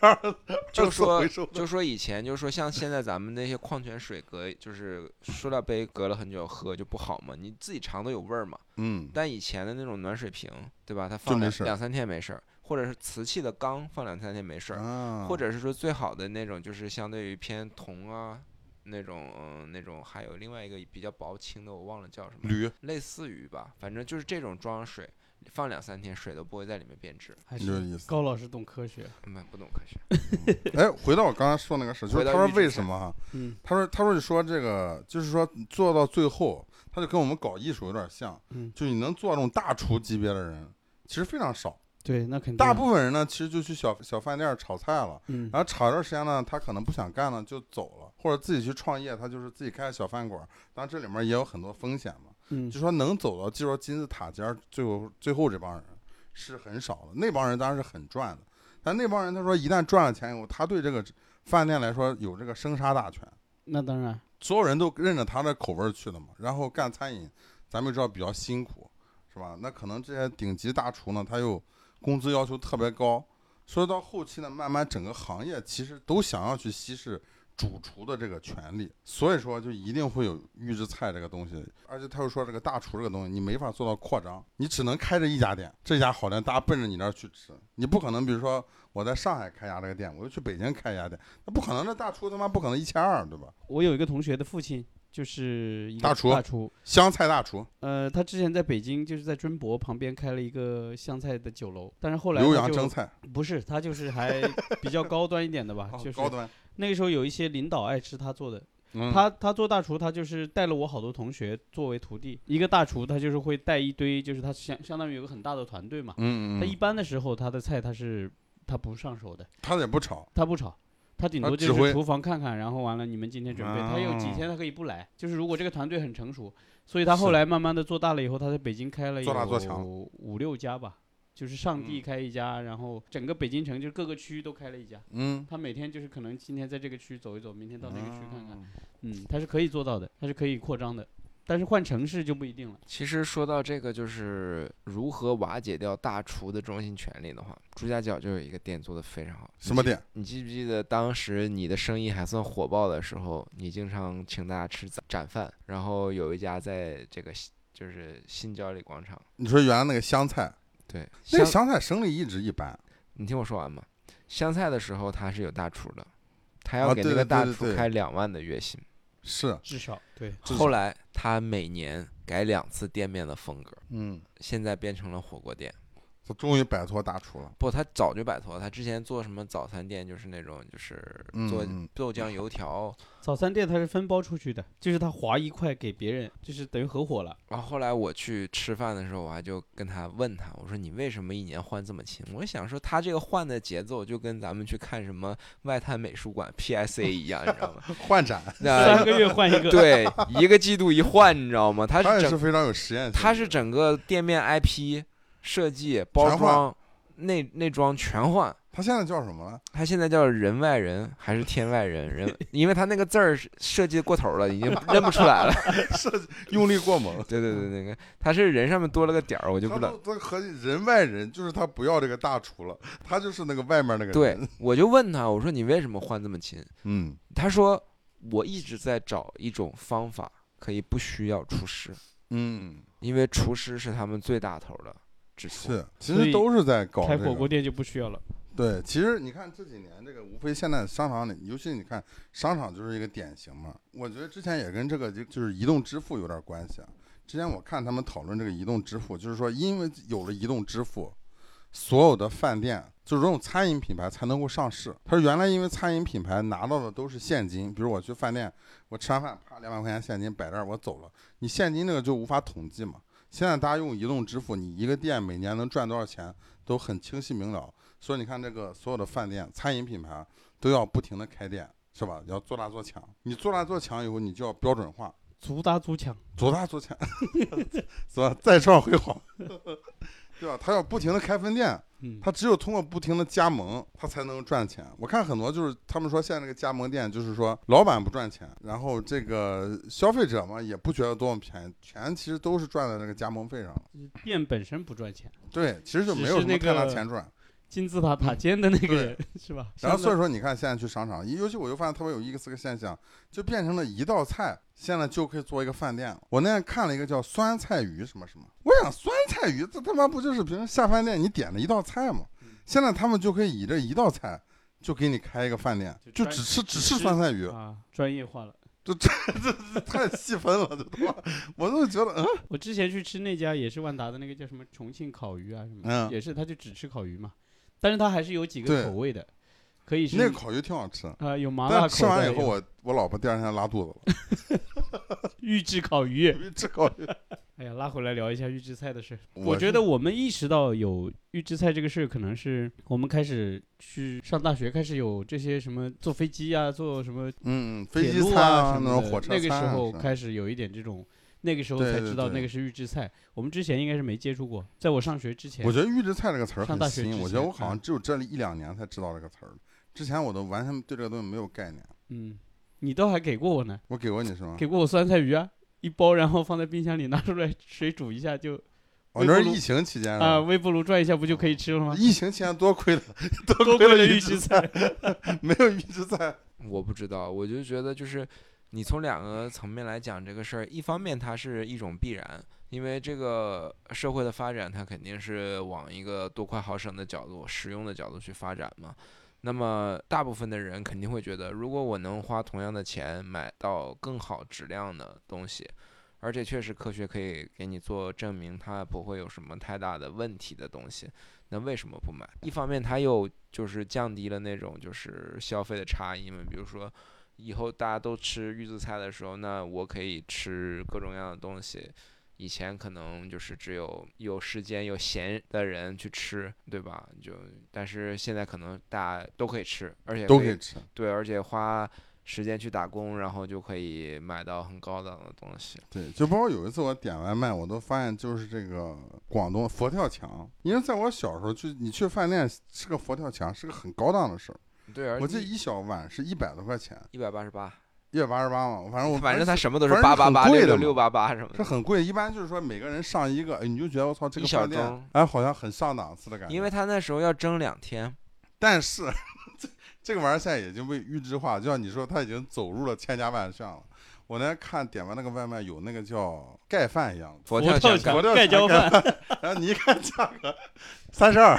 [SPEAKER 2] 二
[SPEAKER 3] 就
[SPEAKER 2] 二次
[SPEAKER 3] 说
[SPEAKER 2] 回收的，
[SPEAKER 3] 就说以前就是说像现在咱们那些矿泉水隔就是塑料杯隔了很久喝就不好嘛，你自己尝都有味儿嘛。
[SPEAKER 2] 嗯，
[SPEAKER 3] 但以前的那种暖水瓶，对吧？它放
[SPEAKER 2] 没
[SPEAKER 3] 两
[SPEAKER 2] 事儿
[SPEAKER 3] 两三天没事儿，或者是瓷器的缸放两三天没事儿，
[SPEAKER 2] 啊，
[SPEAKER 3] 或者是说最好的那种，就是相对于偏铜啊那种、嗯那种，还有另外一个比较薄轻的，我忘了叫什么，
[SPEAKER 2] 铝，
[SPEAKER 3] 类似于吧，反正就是这种装水，放两三天水都不会在里面变质。
[SPEAKER 1] 还
[SPEAKER 2] 你这
[SPEAKER 1] 是
[SPEAKER 2] 意思。
[SPEAKER 1] 高老师懂科学，
[SPEAKER 3] 嗯，不懂科学，
[SPEAKER 2] 哎，回到我刚才说那个事，就
[SPEAKER 3] 回
[SPEAKER 2] 是
[SPEAKER 3] 到
[SPEAKER 2] 他
[SPEAKER 3] 预
[SPEAKER 2] 说
[SPEAKER 3] 制
[SPEAKER 2] 为
[SPEAKER 3] 菜
[SPEAKER 2] 什么哈？啊
[SPEAKER 1] 嗯
[SPEAKER 2] 他说他说你说这个就是说做到最后，他就跟我们搞艺术有点像，
[SPEAKER 1] 嗯，
[SPEAKER 2] 就你能做到这种大厨级别的人，其实非常少。
[SPEAKER 1] 对，那肯定
[SPEAKER 2] 大部啊分人呢，其实就去小小饭店炒菜了，
[SPEAKER 1] 嗯
[SPEAKER 2] 然后炒一段时间呢，他可能不想干了就走了，或者自己去创业，他就是自己开小饭馆。当然这里面也有很多风险嘛，
[SPEAKER 1] 嗯
[SPEAKER 2] 就说能走到技术金字塔尖儿，最后最后这帮人是很少的，那帮人当然是很赚的，但那帮人他说一旦赚了钱以后，他对这个饭店来说有这个生杀大权。
[SPEAKER 1] 那当然，
[SPEAKER 2] 所有人都认着他的口味儿去的嘛。然后干餐饮，咱们也知道比较辛苦，是吧？那可能这些顶级大厨呢，他又工资要求特别高，所以到后期呢，慢慢整个行业其实都想要去稀释主厨的这个权利，所以说就一定会有预制菜这个东西。而且他又说这个大厨这个东西，你没法做到扩张，你只能开着一家店，这家好店大家奔着你那儿去吃，你不可能比如说我在上海开一家这个店，我又去北京开一家店，那不可能，这大厨他妈不可能一千二，对吧？
[SPEAKER 1] 我有一个同学的父亲就是一个
[SPEAKER 2] 大厨
[SPEAKER 1] 大厨，
[SPEAKER 2] 湘菜大厨。
[SPEAKER 1] 呃，他之前在北京就是在中博旁边开了一个湘菜的酒楼，但是后来
[SPEAKER 2] 浏
[SPEAKER 1] 他
[SPEAKER 2] 阳
[SPEAKER 1] 就
[SPEAKER 2] 蒸菜，
[SPEAKER 1] 不是他就是还比较高端一点的吧，
[SPEAKER 2] 哦
[SPEAKER 1] 就是
[SPEAKER 2] 高端。
[SPEAKER 1] 那个时候有一些领导爱吃他做的，
[SPEAKER 2] 嗯
[SPEAKER 1] 他他做大厨，他就是带了我好多同学作为徒弟。一个大厨，他就是会带一堆，就是他相相当于有个很大的团队嘛。
[SPEAKER 2] 嗯嗯，
[SPEAKER 1] 他一
[SPEAKER 2] 嗯
[SPEAKER 1] 般的时候，他的菜他是他不上手的，
[SPEAKER 2] 他也不炒，
[SPEAKER 1] 他不炒，他顶
[SPEAKER 2] 他
[SPEAKER 1] 多
[SPEAKER 2] 指
[SPEAKER 1] 就
[SPEAKER 2] 挥
[SPEAKER 1] 是厨房看看，然后完了你们今天准备。他有几
[SPEAKER 2] 哦
[SPEAKER 1] 天他可以不来，就是如果这个团队很成熟，所以他后
[SPEAKER 2] 是
[SPEAKER 1] 来慢慢的做大了以后，他在北京开了
[SPEAKER 2] 做大做强嗯
[SPEAKER 1] 有五六家吧，就是上地开一家，然后整个北京城就各个区都开了一家。
[SPEAKER 2] 嗯，
[SPEAKER 1] 他每天就是可能今天在这个区走一走，明天到那个区看看。嗯，它是可以做到的，它是可以扩张的，但是换城市就不一定了。
[SPEAKER 3] 其实说到这个，就是如何瓦解掉大厨的中心权力的话，朱家角就有一个店做的非常好。
[SPEAKER 2] 什么
[SPEAKER 3] 你记？
[SPEAKER 2] 店？
[SPEAKER 3] 你记不记得当时你的生意还算火爆的时候，你经常请大家吃攒斩饭，然后有一家在这个西就是新交里广场，
[SPEAKER 2] 你说原来那个湘菜，
[SPEAKER 3] 对，
[SPEAKER 2] 那个
[SPEAKER 3] 香，
[SPEAKER 2] 湘菜生意一直一般，
[SPEAKER 3] 你听我说完嘛。香菜的时候他是有大厨的，他
[SPEAKER 2] 啊
[SPEAKER 3] 要给
[SPEAKER 2] 对
[SPEAKER 3] 那个
[SPEAKER 2] 对
[SPEAKER 3] 大
[SPEAKER 2] 对对
[SPEAKER 3] 厨
[SPEAKER 2] 对
[SPEAKER 3] 开两万的月薪。
[SPEAKER 2] 是，
[SPEAKER 1] 至少对，
[SPEAKER 2] 就是
[SPEAKER 3] 后来他每年改两次店面的风格，
[SPEAKER 2] 嗯，
[SPEAKER 3] 现在变成了火锅店。
[SPEAKER 2] 他终于摆脱大厨了。
[SPEAKER 3] 不，他早就摆脱了。他之前做什么早餐店，就是那种就是做
[SPEAKER 2] 嗯嗯
[SPEAKER 3] 豆浆油条，
[SPEAKER 1] 早餐店它是分包出去的，就是他划一块给别人，就是等于合伙了。
[SPEAKER 3] 然后后来我去吃饭的时候，我还就跟他问他，我说你为什么一年换这么勤？我想说他这个换的节奏就跟咱们去看什么外滩美术馆 PSA 一样，你知 道吗？
[SPEAKER 2] 换展，
[SPEAKER 1] 三
[SPEAKER 3] 那
[SPEAKER 1] 个月换一个，
[SPEAKER 3] 对一个季度一换，你知道吗？他
[SPEAKER 2] 他也
[SPEAKER 3] 是整
[SPEAKER 2] 是非常有实验性的。
[SPEAKER 3] 他是整个店面 IP 设计包
[SPEAKER 2] 全换
[SPEAKER 3] 装内内装全换。
[SPEAKER 2] 他现在叫什么了？
[SPEAKER 3] 他现在叫人外人还是天外人？人，因为他那个字儿是设计过头了，已经认不出来 了。
[SPEAKER 2] 用力过猛。
[SPEAKER 3] 对对对，那个他是人上面多了个点儿，我就不
[SPEAKER 2] 他
[SPEAKER 3] 知道
[SPEAKER 2] 都。他合计人外人，就是他不要这个大厨了，他就是那个外面那个人。
[SPEAKER 3] 对，，我就问他，我说你为什么换这么勤？
[SPEAKER 2] 嗯，
[SPEAKER 3] 他说我一直在找一种方法，可以不需要厨师，
[SPEAKER 2] 嗯，
[SPEAKER 3] 因为厨师是他们最大头的支出。
[SPEAKER 2] 是，其
[SPEAKER 1] 所
[SPEAKER 2] 实
[SPEAKER 1] 以
[SPEAKER 2] 都是在搞
[SPEAKER 1] 开
[SPEAKER 2] 这
[SPEAKER 1] 火
[SPEAKER 2] 个
[SPEAKER 1] 锅店就不需要了。
[SPEAKER 2] 对，其实你看这几年这个，无非现在商场里，尤其你看商场就是一个典型嘛。我觉得之前也跟这个就就是移动支付有点关系啊。之前我看他们讨论这个移动支付，就是说因为有了移动支付，所有的饭店就是这种餐饮品牌才能够上市。他说原来因为餐饮品牌拿到的都是现金，比如我去饭店，我吃完饭啪两百块钱现金摆这儿我走了，你现金那个就无法统计嘛。现在大家用移动支付，你一个店每年能赚多少钱都很清晰明了。所以你看，这个所有的饭店、餐饮品牌都要不停的开店，是吧？要做大做强。你做大做强以后，你就要标准化，
[SPEAKER 1] 足搭足强，
[SPEAKER 2] 做大做强， 是吧？再创辉煌， 对吧？他要不停的开分店，
[SPEAKER 1] 嗯，
[SPEAKER 2] 他只有通过不停的加盟，他才能赚钱。我看很多就是他们说现在这个加盟店，就是说老板不赚钱，然后这个消费者嘛也不觉得多么便宜，钱其实都是赚在那个加盟费上了。
[SPEAKER 1] 店本身不赚钱，
[SPEAKER 2] 对，其实就没
[SPEAKER 1] 只
[SPEAKER 2] 有
[SPEAKER 1] 是
[SPEAKER 2] 什么
[SPEAKER 1] 那
[SPEAKER 2] 太大
[SPEAKER 1] 个
[SPEAKER 2] 钱赚。
[SPEAKER 1] 金字塔塔尖的那个人、是吧？
[SPEAKER 2] 然后所以
[SPEAKER 1] 说
[SPEAKER 2] 说，你看现在去商场，尤其我就发现特别有意思个现象，就变成了一道菜，现在就可以做一个饭店了。我那天看了一个叫酸菜鱼什么什么，我想酸菜鱼这他妈不就是平时下饭店你点的一道菜吗？
[SPEAKER 1] 嗯
[SPEAKER 2] 现在他们就可以以这一道菜就给你开一个饭店，
[SPEAKER 1] 就
[SPEAKER 2] 就
[SPEAKER 1] 专
[SPEAKER 2] 只吃只
[SPEAKER 1] 只
[SPEAKER 2] 吃
[SPEAKER 1] 吃
[SPEAKER 2] 酸菜鱼，
[SPEAKER 1] 啊，专业化了。
[SPEAKER 2] 太细分了，这 他妈，我都觉得嗯，
[SPEAKER 1] 我之前去吃那家也是万达的那个叫什么重庆烤鱼啊什么，
[SPEAKER 2] 嗯
[SPEAKER 1] 也是他就只吃烤鱼嘛，但是他还是有几
[SPEAKER 2] 对
[SPEAKER 1] 个口味的，可以是
[SPEAKER 2] 那个烤鱼挺好吃，
[SPEAKER 1] 啊、有麻辣
[SPEAKER 2] 但
[SPEAKER 1] 口
[SPEAKER 2] 吃完
[SPEAKER 1] 的
[SPEAKER 2] 以后
[SPEAKER 1] 有
[SPEAKER 2] 我我老婆第二天拉 肚子了，
[SPEAKER 1] 预制烤鱼，
[SPEAKER 2] 因为这烤鱼，
[SPEAKER 1] 哎呀，拉回来聊一下预制菜的事。
[SPEAKER 2] 我
[SPEAKER 1] 我
[SPEAKER 2] 是
[SPEAKER 1] 觉得我们意识到有预制菜这个事儿，可能是我们开始去上大学，开始有这些什么坐飞机啊，坐什么
[SPEAKER 2] 嗯，飞
[SPEAKER 1] 铁
[SPEAKER 2] 机
[SPEAKER 1] 路
[SPEAKER 2] 餐
[SPEAKER 1] 啊
[SPEAKER 2] 啊
[SPEAKER 1] 什
[SPEAKER 2] 那
[SPEAKER 1] 么
[SPEAKER 2] 种
[SPEAKER 1] 的
[SPEAKER 2] 火车
[SPEAKER 1] 那个
[SPEAKER 2] 餐
[SPEAKER 1] 时
[SPEAKER 2] 啊
[SPEAKER 1] 候
[SPEAKER 2] 是
[SPEAKER 1] 开始有一点这种，那个时候
[SPEAKER 2] 对
[SPEAKER 1] 才
[SPEAKER 2] 对
[SPEAKER 1] 知道
[SPEAKER 2] 对
[SPEAKER 1] 那个是预制菜。我们之前应该是没接触过，在我上学之前
[SPEAKER 2] 我，觉得“预制菜”这个词儿
[SPEAKER 1] 上
[SPEAKER 2] 很
[SPEAKER 1] 大学
[SPEAKER 2] 新，
[SPEAKER 1] 之
[SPEAKER 2] 我觉得
[SPEAKER 1] 前
[SPEAKER 2] 我好像
[SPEAKER 1] 嗯
[SPEAKER 2] 只有这一两年才知道这个词儿，之前我都完全对这个东西没有概念。
[SPEAKER 1] 嗯，你都还给过我呢，
[SPEAKER 2] 我给过你是吗？
[SPEAKER 1] 给过我酸菜鱼啊，一包，然后放在冰箱里拿出来水煮一下就
[SPEAKER 2] 哦，那
[SPEAKER 1] 微
[SPEAKER 2] 是
[SPEAKER 1] 波炉
[SPEAKER 2] 疫情期间是
[SPEAKER 1] 啊，
[SPEAKER 2] 吧
[SPEAKER 1] 微波炉转一下不就可以吃了吗？
[SPEAKER 2] 疫情期间多亏了
[SPEAKER 1] 多
[SPEAKER 2] 亏
[SPEAKER 1] 亏
[SPEAKER 2] 了
[SPEAKER 1] 了
[SPEAKER 2] 预
[SPEAKER 1] 预
[SPEAKER 2] 制
[SPEAKER 1] 制菜，
[SPEAKER 2] 没有预制菜。
[SPEAKER 3] 我不知道，我就觉得就是你从两个层面来讲这个事儿，一方面它是一种必然，因为这个社会的发展它肯定是往一个多快好省的角度、实用的角度去发展嘛。那么大部分的人肯定会觉得，如果我能花同样的钱买到更好质量的东西，而且确实科学可以给你做证明，它不会有什么太大的问题的东西，那为什么不买？一方面，它又就是降低了那种就是消费的差异嘛，比如说以后大家都吃预制菜的时候，那我可以吃各种各样的东西。以前可能就是只有有时间有闲的人去吃，对吧？就但是现在可能大家都可以吃，而且
[SPEAKER 2] 都
[SPEAKER 3] 可
[SPEAKER 2] 可
[SPEAKER 3] 以
[SPEAKER 2] 以吃，
[SPEAKER 3] 对，而且花时间去打工，然后就可以买到很高档的东西。
[SPEAKER 2] 对，就包括有一次我点外卖，我都发现就是这个广东佛跳墙，因为在我小时候去，你去饭店吃个佛跳墙是个很高档的事儿。
[SPEAKER 3] 对，而
[SPEAKER 2] 我记得一小碗是一百多块钱，
[SPEAKER 3] 一百八十八，
[SPEAKER 2] 一百八十八嘛，反正我
[SPEAKER 3] 反正它什么都是
[SPEAKER 2] 反正
[SPEAKER 3] 八
[SPEAKER 2] 是
[SPEAKER 3] 八
[SPEAKER 2] 很
[SPEAKER 3] 八
[SPEAKER 2] 贵
[SPEAKER 3] 六
[SPEAKER 2] 的
[SPEAKER 3] 六
[SPEAKER 2] 嘛
[SPEAKER 3] 六八八什么
[SPEAKER 2] 是
[SPEAKER 3] 的。
[SPEAKER 2] 很贵，一般就是说每个人上一个，哎你就觉得我操这
[SPEAKER 3] 一
[SPEAKER 2] 个
[SPEAKER 3] 小
[SPEAKER 2] 饭店
[SPEAKER 3] 盅，
[SPEAKER 2] 哎好像很上档次的感觉。
[SPEAKER 3] 因为他那时候要蒸两天，
[SPEAKER 2] 但是这这个玩意儿现在已经被预制化，就像你说，它已经走入了千家万巷了。我那天看点完那个外卖，有那个叫盖饭一样的，
[SPEAKER 3] 佛
[SPEAKER 1] 佛
[SPEAKER 3] 跳
[SPEAKER 1] 跳
[SPEAKER 3] 墙
[SPEAKER 1] 墙
[SPEAKER 2] 佛跳
[SPEAKER 1] 盖
[SPEAKER 2] 墙
[SPEAKER 1] 浇饭
[SPEAKER 2] 盖饭，然后你一看价格三十二，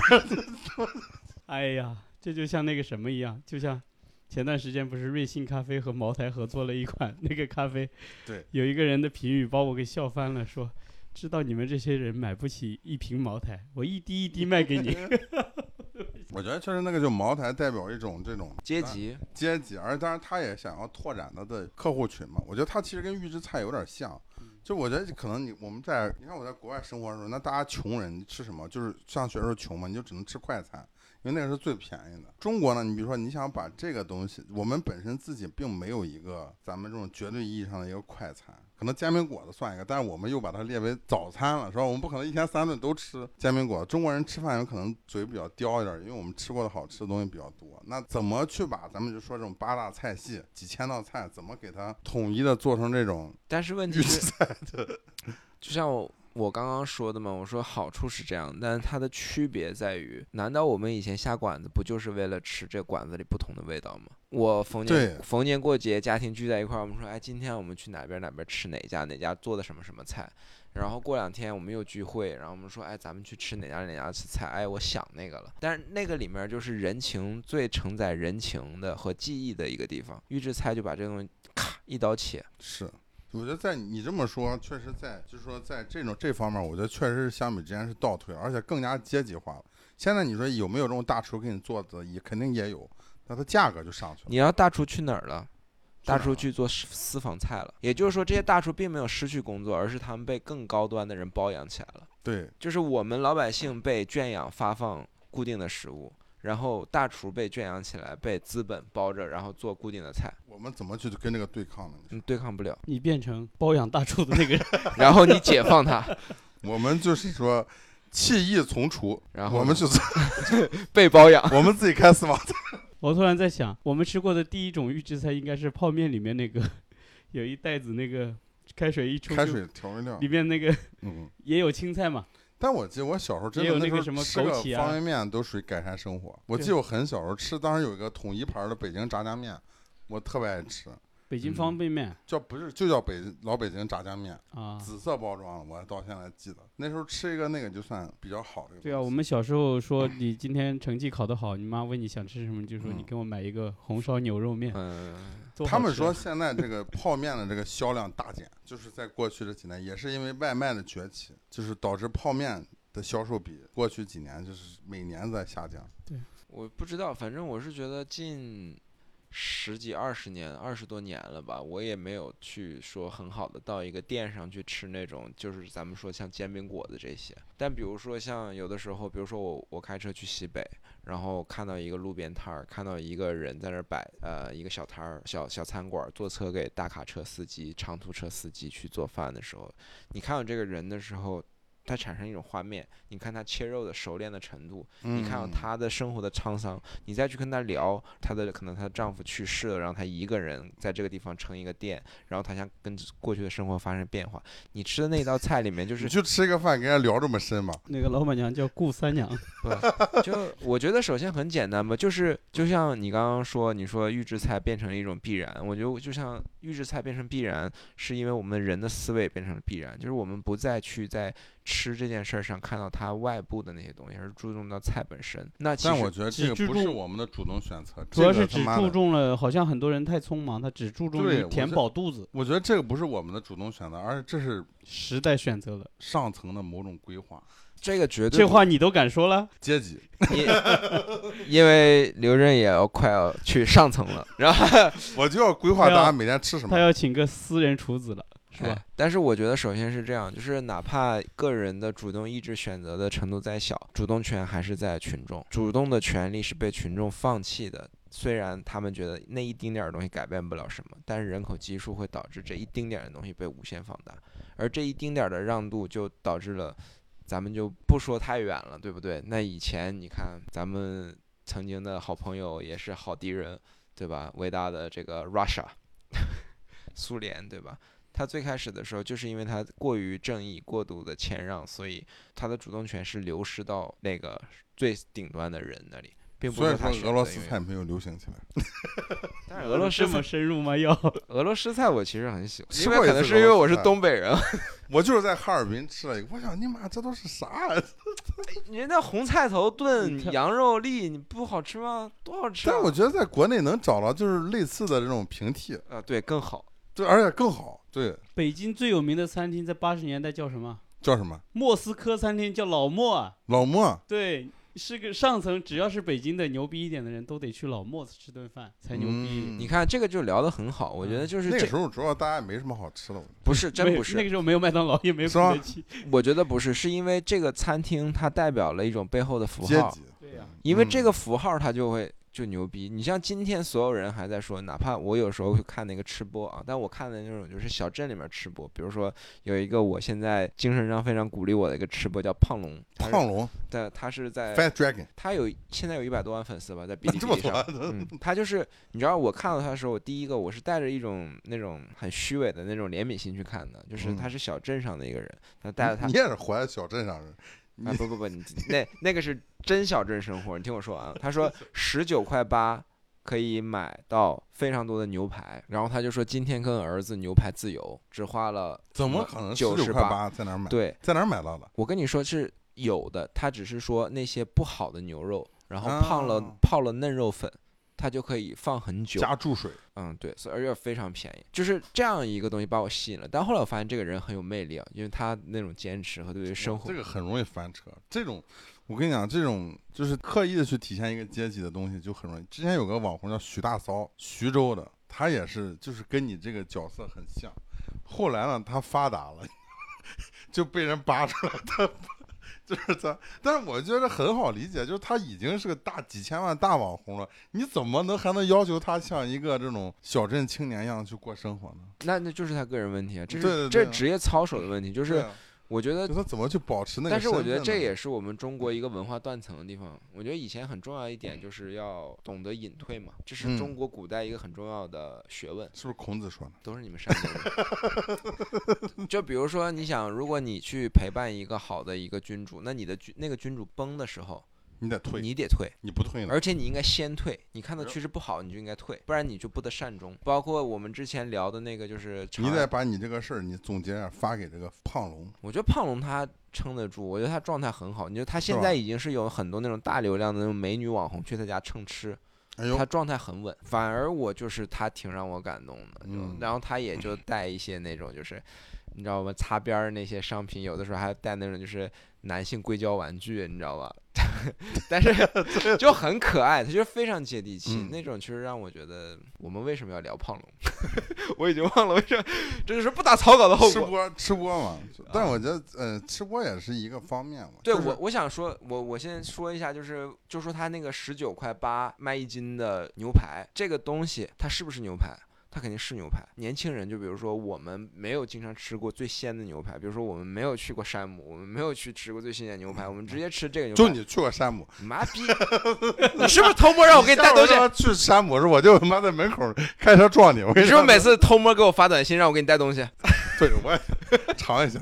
[SPEAKER 1] 哎呀，这就像那个什么一样，就像前段时间不是瑞幸咖啡和茅台合作了一款那个咖啡，
[SPEAKER 2] 对，
[SPEAKER 1] 有一个人的评语把我给笑翻了，说知道你们这些人买不起一瓶茅台，我一滴一滴卖给你。
[SPEAKER 2] 我觉得确实那个就茅台代表一种这种
[SPEAKER 3] 阶级，
[SPEAKER 2] 阶级，而当然他也想要拓展他的客户群嘛。我觉得他其实跟预制菜有点像，就我觉得可能你我们在你看我在国外生活的时候，那大家穷人你吃什么？就是上学的时候穷嘛，你就只能吃快餐，因为那个是最便宜的。中国呢，你比如说你想把这个东西，我们本身自己并没有一个咱们这种绝对意义上的一个快餐，可能煎饼果子算一个，但是我们又把它列为早餐了，是吧？我们不可能一天三顿都吃煎饼果子。中国人吃饭有可能嘴比较刁一点，因为我们吃过的好吃的东西比较多。那怎么去把咱们就说这种八大菜系几千道菜，怎么给它统一的做成这种
[SPEAKER 3] 但是问
[SPEAKER 2] 预
[SPEAKER 3] 题
[SPEAKER 2] 制
[SPEAKER 3] 是，
[SPEAKER 2] 菜？
[SPEAKER 3] 就像我我刚刚说的嘛，我说好处是这样，但是它的区别在于，难道我们以前下馆子不就是为了吃这馆子里不同的味道吗？我逢
[SPEAKER 2] 对
[SPEAKER 3] 年逢年过节家庭聚在一块儿，我们说，哎，今天我们去哪边哪边吃哪家哪家做的什么什么菜，然后过两天我们又聚会，然后我们说，哎，咱们去吃哪家哪家吃菜，哎，我想那个了。但是那个里面就是人情最承载人情的和记忆的一个地方，预制菜就把这个东西咔一刀切，
[SPEAKER 2] 是，我觉得在你这么说，确实在就是说在这种这方面，我觉得确实是相比之前是倒退了，而且更加阶级化了。现在你说有没有这种大厨给你做的，也肯定也有，那它价格就上去了。
[SPEAKER 3] 你让大厨去哪儿了？大
[SPEAKER 2] 哪儿
[SPEAKER 3] 厨
[SPEAKER 2] 了
[SPEAKER 3] 去做私私房菜了。也就是说，这些大厨并没有失去工作，而是他们被更高端的人包养起来了。
[SPEAKER 2] 对，
[SPEAKER 3] 就是我们老百姓被圈养发放固定的食物，然后大厨被圈养起来，被资本包着，然后做固定的菜，
[SPEAKER 2] 我们怎么去跟这个对抗呢？
[SPEAKER 3] 嗯，对抗不了。
[SPEAKER 1] 你变成包养大厨的那个人，
[SPEAKER 3] 然后你解放他，
[SPEAKER 2] 我们就是说弃艺从厨，
[SPEAKER 3] 然后
[SPEAKER 2] 我们
[SPEAKER 3] 呢
[SPEAKER 2] 去做，
[SPEAKER 3] 被包养。
[SPEAKER 2] 我们自己开私房菜。
[SPEAKER 1] 我突然在想，我们吃过的第一种预制菜应该是泡面里面那个，有一袋子那个开水一冲，
[SPEAKER 2] 开水调味料
[SPEAKER 1] 里，面那个
[SPEAKER 2] 嗯。
[SPEAKER 1] 也有青菜嘛，
[SPEAKER 2] 但我记得我小时候真
[SPEAKER 1] 也
[SPEAKER 2] 的
[SPEAKER 1] 有那
[SPEAKER 2] 时候
[SPEAKER 1] 个什么
[SPEAKER 2] 吃
[SPEAKER 1] 枸
[SPEAKER 2] 个
[SPEAKER 1] 杞啊
[SPEAKER 2] 方便面都属于改善生活。我记
[SPEAKER 1] 对
[SPEAKER 2] 得我很小时候吃，当时有一个统一牌儿的北京炸酱面，我特别爱吃。
[SPEAKER 1] 北京
[SPEAKER 3] 嗯
[SPEAKER 1] 方便面、
[SPEAKER 2] 叫不是就叫北老北京炸酱面，
[SPEAKER 1] 啊。
[SPEAKER 2] 紫色包装的，我还到现在还记得。那时候吃一个那个就算比较好的一个东西。
[SPEAKER 1] 对啊，我们小时候说你今天成绩考得好，你妈问你想吃什么，你就说你
[SPEAKER 2] 嗯
[SPEAKER 1] 给我买一个红烧牛肉面。
[SPEAKER 3] 嗯，
[SPEAKER 1] 多好
[SPEAKER 2] 他们
[SPEAKER 1] 吃
[SPEAKER 2] 说现在这个泡面的这个销量大减，就是在过去这几年，也是因为外卖的崛起，就是导致泡面的销售比过去几年就是每年在下降。
[SPEAKER 3] 我不知道，反正我是觉得近十几、二十年、二十多年了吧，我也没有去说很好的到一个店上去吃那种，就是咱们说像煎饼果子这些。但比如说像有的时候，比如说我我开车去西北，然后看到一个路边摊儿，看到一个人在那儿摆呃一个小摊儿、小小餐馆儿，坐车给大卡车司机、长途车司机去做饭的时候，你看到这个人的时候。他产生一种画面，你看他切肉的熟练的程度，
[SPEAKER 1] 啊
[SPEAKER 3] 你看到
[SPEAKER 2] 嗯，
[SPEAKER 3] 她的生活的沧桑，你再去跟她聊她的可能她的丈夫去世了，然后她一个人在这个地方撑一个店，然后她想跟过去的生活发生变化。你吃的那道菜里面就
[SPEAKER 2] 你
[SPEAKER 3] 是
[SPEAKER 2] 就吃一个饭跟人家聊这么深吗？
[SPEAKER 1] 那个老板娘叫顾三 娘，
[SPEAKER 3] 就我觉得首先很简单吧，就是就像你刚刚说，你说预制菜变成了一种必然，我觉得就像预制菜变成必然，是因为我们人的思维变成了必然，就是我们不再去在吃这件事儿上看到它外部的那些东西，而注重到菜本身。那其实
[SPEAKER 2] 但我觉得
[SPEAKER 1] 只
[SPEAKER 2] 这个
[SPEAKER 1] 注
[SPEAKER 2] 不是
[SPEAKER 1] 重
[SPEAKER 2] 我们的主动选择，
[SPEAKER 1] 主要是
[SPEAKER 2] 这个他
[SPEAKER 1] 只
[SPEAKER 2] 妈
[SPEAKER 1] 注
[SPEAKER 2] 的。
[SPEAKER 1] 重了，好像很多人太匆忙，他只注重
[SPEAKER 2] 对
[SPEAKER 1] 于
[SPEAKER 2] 我
[SPEAKER 1] 填
[SPEAKER 2] 是
[SPEAKER 1] 饱肚子，
[SPEAKER 2] 我觉得这个不是我们的主动选择，而是这是
[SPEAKER 1] 时代选择了。
[SPEAKER 2] 上层的某种规划，
[SPEAKER 3] 这个绝对
[SPEAKER 1] 这
[SPEAKER 3] 不
[SPEAKER 1] 话你都敢说了？
[SPEAKER 2] 阶级
[SPEAKER 3] 因 因为刘震也要快要去上层了，然后
[SPEAKER 2] 我就要规划
[SPEAKER 1] 他要
[SPEAKER 2] 大家每天吃什
[SPEAKER 1] 他
[SPEAKER 2] 么。
[SPEAKER 1] 要请个私人厨子了，是吧？
[SPEAKER 3] 哎但是我觉得，首先是这样，就是哪怕个人的主动意志选择的程度再小，主动权还是在群众，主动的权利是被群众放弃的。虽然他们觉得那一丁点儿东西改变不了什么，但是人口基数会导致这一丁点儿的东西被无限放大，而这一丁点儿的让渡就导致了，咱们就不说太远了，对不对？那以前你看咱们曾经的好朋友也是好敌人，对吧？伟大的这个 Russia，苏联，对吧？他最开始的时候，就是因为他过于正义、过度的谦让，所以他的主动权是流失到那个最顶端的人那里，并不
[SPEAKER 2] 所
[SPEAKER 3] 是
[SPEAKER 2] 以说
[SPEAKER 3] 他选
[SPEAKER 2] 俄罗
[SPEAKER 3] 择
[SPEAKER 2] 斯
[SPEAKER 3] 永远
[SPEAKER 2] 菜没有流行起来。哎
[SPEAKER 3] 但是俄罗斯
[SPEAKER 1] 这么
[SPEAKER 3] 菜，
[SPEAKER 1] 深入吗？ 要
[SPEAKER 3] 俄罗斯菜我其实很喜欢，
[SPEAKER 2] 吃
[SPEAKER 3] 因为
[SPEAKER 2] 过一
[SPEAKER 3] 可能
[SPEAKER 2] 次
[SPEAKER 3] 是
[SPEAKER 2] 俄
[SPEAKER 3] 因为
[SPEAKER 2] 罗斯
[SPEAKER 3] 我是
[SPEAKER 2] 菜
[SPEAKER 3] 东北 人，
[SPEAKER 2] 我就是在哈尔滨吃了一个，我想你妈这都是 啥、
[SPEAKER 3] 啊
[SPEAKER 2] 呀？
[SPEAKER 3] 人家红菜头
[SPEAKER 1] 你
[SPEAKER 3] 炖
[SPEAKER 1] 看
[SPEAKER 3] 羊肉粒，你不好吃吗？多好吃、啊！
[SPEAKER 2] 但我觉得在国内能找到就是类似的这种平替，嗯
[SPEAKER 3] 啊，对，更好。
[SPEAKER 2] 对，而且更好。对，
[SPEAKER 1] 北京最有名的餐厅在八十年代叫什么？
[SPEAKER 2] 叫什么？
[SPEAKER 1] 莫斯科餐厅叫老莫啊，
[SPEAKER 2] 老莫，
[SPEAKER 1] 对，是个上层，只要是北京的牛逼一点的人都得去老莫吃顿饭才牛逼。
[SPEAKER 2] 嗯
[SPEAKER 3] 你看这个就聊得很好，我觉得就是
[SPEAKER 2] 那
[SPEAKER 3] 这
[SPEAKER 2] 个时候主要大家也没什么好吃的，我觉
[SPEAKER 3] 不是
[SPEAKER 1] 嗯
[SPEAKER 3] 真
[SPEAKER 1] 没
[SPEAKER 3] 不
[SPEAKER 1] 有那
[SPEAKER 3] 是，
[SPEAKER 1] 个时候没有麦当劳，也没有
[SPEAKER 2] 是
[SPEAKER 1] 肯
[SPEAKER 2] 吗
[SPEAKER 1] 德基。
[SPEAKER 3] 我觉得不是，是因为这个餐厅它代表了一种背后的符
[SPEAKER 2] 得阶
[SPEAKER 3] 号，
[SPEAKER 2] 级。
[SPEAKER 1] 对呀、
[SPEAKER 3] 因为这
[SPEAKER 2] 嗯
[SPEAKER 3] 个符号它就会就牛逼。你像今天所有人还在说，哪怕我有时候会看那个吃播啊，但我看的那种就是小镇里面吃播，比如说有一个我现在精神上非常鼓励我的一个吃播叫胖龙，他是
[SPEAKER 2] 胖龙
[SPEAKER 3] 对，他是在
[SPEAKER 2] Fat Dragon，
[SPEAKER 3] 他有现在有一百多万粉丝吧，在哔哩
[SPEAKER 2] 这
[SPEAKER 3] 哔
[SPEAKER 2] 么
[SPEAKER 3] 哩
[SPEAKER 2] 多
[SPEAKER 3] 上。嗯，他就是你知道，我看到他的时候，我第一个我是带着一种那种很虚伪的那种怜悯心去看的，就是
[SPEAKER 2] 嗯
[SPEAKER 3] 他是小镇上的一个人，他带着他
[SPEAKER 2] 你也是活在小镇上人，
[SPEAKER 3] 啊，不不不，你那那个是真小镇生活，你听我说啊，他说十九块八可以买到非常多的牛排，然后他就说今天跟儿子牛排自由，只花了
[SPEAKER 2] 怎么可能十
[SPEAKER 3] 九
[SPEAKER 2] 九
[SPEAKER 3] 十
[SPEAKER 2] 块？八在哪儿买？
[SPEAKER 3] 对
[SPEAKER 2] 在哪儿买到的？
[SPEAKER 3] 我跟你说是有的，他只是说那些不好的牛肉，然后泡了、
[SPEAKER 2] 啊
[SPEAKER 3] 泡了嫩肉粉，它就可以放很久。
[SPEAKER 2] 加注水，
[SPEAKER 3] 嗯，对，所以而且非常便宜，就是这样一个东西把我吸引了。但后来我发现这个人很有魅力啊，因为他那种坚持和对于生
[SPEAKER 2] 我
[SPEAKER 3] 活
[SPEAKER 2] 这，个很容易翻车。这种，我跟你讲，这种就是刻意的去体现一个阶级的东西，就很容易。之前有个网红叫徐大骚，徐州的，他也是，就是跟你这个角色很像。后来呢，他发达了， 就被人扒出来，他就是他。但是我觉得很好理解，就是他已经是个大几千万大网红了，你怎么能还能要求他像一个这种小镇青年一样去过生活呢？
[SPEAKER 3] 那那就是他个人问题啊，这是
[SPEAKER 2] 对对
[SPEAKER 3] 这
[SPEAKER 2] 对
[SPEAKER 3] 是职业操守的问题，就
[SPEAKER 2] 对
[SPEAKER 3] 是
[SPEAKER 2] 啊
[SPEAKER 3] 我觉得
[SPEAKER 2] 就他怎么去保持那个
[SPEAKER 3] 但是
[SPEAKER 2] 身份呢？
[SPEAKER 3] 我觉得这也是我们中国一个文化断层的地方。我觉得以前很重要一点就是要懂得隐退嘛，这是
[SPEAKER 2] 嗯
[SPEAKER 3] 中国古代一个很重要的学问，
[SPEAKER 2] 是不是孔子说的？
[SPEAKER 3] 都是你们山东人。 就比如说，你想，如果你去陪伴一个好的一个君主，那你的君那个君主崩的时候，
[SPEAKER 2] 你得退，
[SPEAKER 3] 你得退。
[SPEAKER 2] 你不退呢？
[SPEAKER 3] 而且你应该先退，你看到
[SPEAKER 2] 是
[SPEAKER 3] 趋势不好，你就应该退，不然你就不得善终。包括我们之前聊的那个，就是长
[SPEAKER 2] 你
[SPEAKER 3] 安
[SPEAKER 2] 得把你这个事儿你总结一下发给这个胖龙，
[SPEAKER 3] 我觉得胖龙他撑得住，我觉得他状态很好。你觉得他现
[SPEAKER 2] 吧
[SPEAKER 3] 在已经是有很多那种大流量的那种美女网红去他家蹭吃，
[SPEAKER 2] 哎呦
[SPEAKER 3] 他，状态很稳。反而我就是他挺让我感动的，就、
[SPEAKER 2] 嗯
[SPEAKER 3] 然后他也就带一些那种就是，你知道吗？擦边儿那些商品，有的时候还带那种就是男性硅胶玩具，你知道吧？ 但是就很可爱，他就是非常接地气、
[SPEAKER 2] 嗯
[SPEAKER 3] 那种，其实让我觉得我们为什么要聊胖龙？ 我已经忘了为什么，这就是不打草稿的后
[SPEAKER 2] 吃
[SPEAKER 3] 果。
[SPEAKER 2] 播吃播嘛，但我觉得呃，吃播也是一个方面嘛。
[SPEAKER 3] 啊对
[SPEAKER 2] 就是
[SPEAKER 3] 我，我想说，我我先说一下，就是就说他那个十九块八卖一斤的牛排，这个东西它是不是牛排？它肯定是牛排。年轻人，就比如说我们没有经常吃过最鲜的牛排，比如说我们没有去过山姆，我们没有去吃过最新鲜牛排，我们直接吃这个牛排。
[SPEAKER 2] 就你去过山姆，
[SPEAKER 3] 妈 逼！你是不是偷摸让我给你带东西？
[SPEAKER 2] 下回他妈去山姆的时候，我就他妈在门口开车撞你。我跟
[SPEAKER 3] 你是不
[SPEAKER 2] 说
[SPEAKER 3] 是每次偷摸给我发短信让我给你带东西？
[SPEAKER 2] 对我也尝 一下，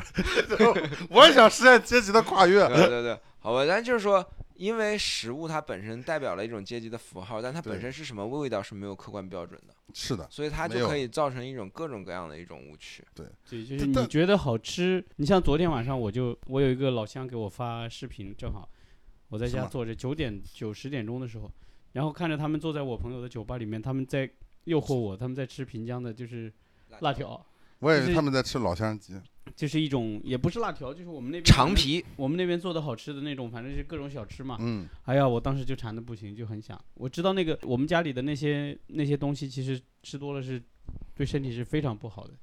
[SPEAKER 2] 我也想实现阶级的跨越。
[SPEAKER 3] 对对对，好吧，但就是说，因为食物它本身代表了一种阶级的符号，但它本
[SPEAKER 2] 对
[SPEAKER 3] 身是什么味道是没有客观标准的。
[SPEAKER 2] 是的，
[SPEAKER 3] 所以它
[SPEAKER 2] 没
[SPEAKER 3] 就
[SPEAKER 2] 有
[SPEAKER 3] 可以造成一种各种各样的一种误区。
[SPEAKER 1] 对，就是
[SPEAKER 2] 但
[SPEAKER 1] 你
[SPEAKER 2] 但
[SPEAKER 1] 觉得好吃，你像昨天晚上我就我有一个老乡给我发视频，正好我在
[SPEAKER 2] 什
[SPEAKER 1] 家
[SPEAKER 2] 么
[SPEAKER 1] 坐着，九点九十点钟的时候，然后看着他们坐在我朋友的酒吧里面，他们在诱惑我，他们在吃平江的就是辣条，
[SPEAKER 2] 我以
[SPEAKER 1] 就
[SPEAKER 2] 为
[SPEAKER 1] 是
[SPEAKER 2] 他们在吃老乡
[SPEAKER 3] 啊
[SPEAKER 2] 鸡，
[SPEAKER 1] 就是一种也不是辣条，就是我们那边
[SPEAKER 3] 长，皮，
[SPEAKER 1] 我们那边做的好吃的那种，反正就是各种小吃嘛。
[SPEAKER 2] 嗯，
[SPEAKER 1] 哎呀，我当时就馋的不行，就很想。我知道那个我们家里的那些那些东西，其实吃多了是对身体是非常不好的，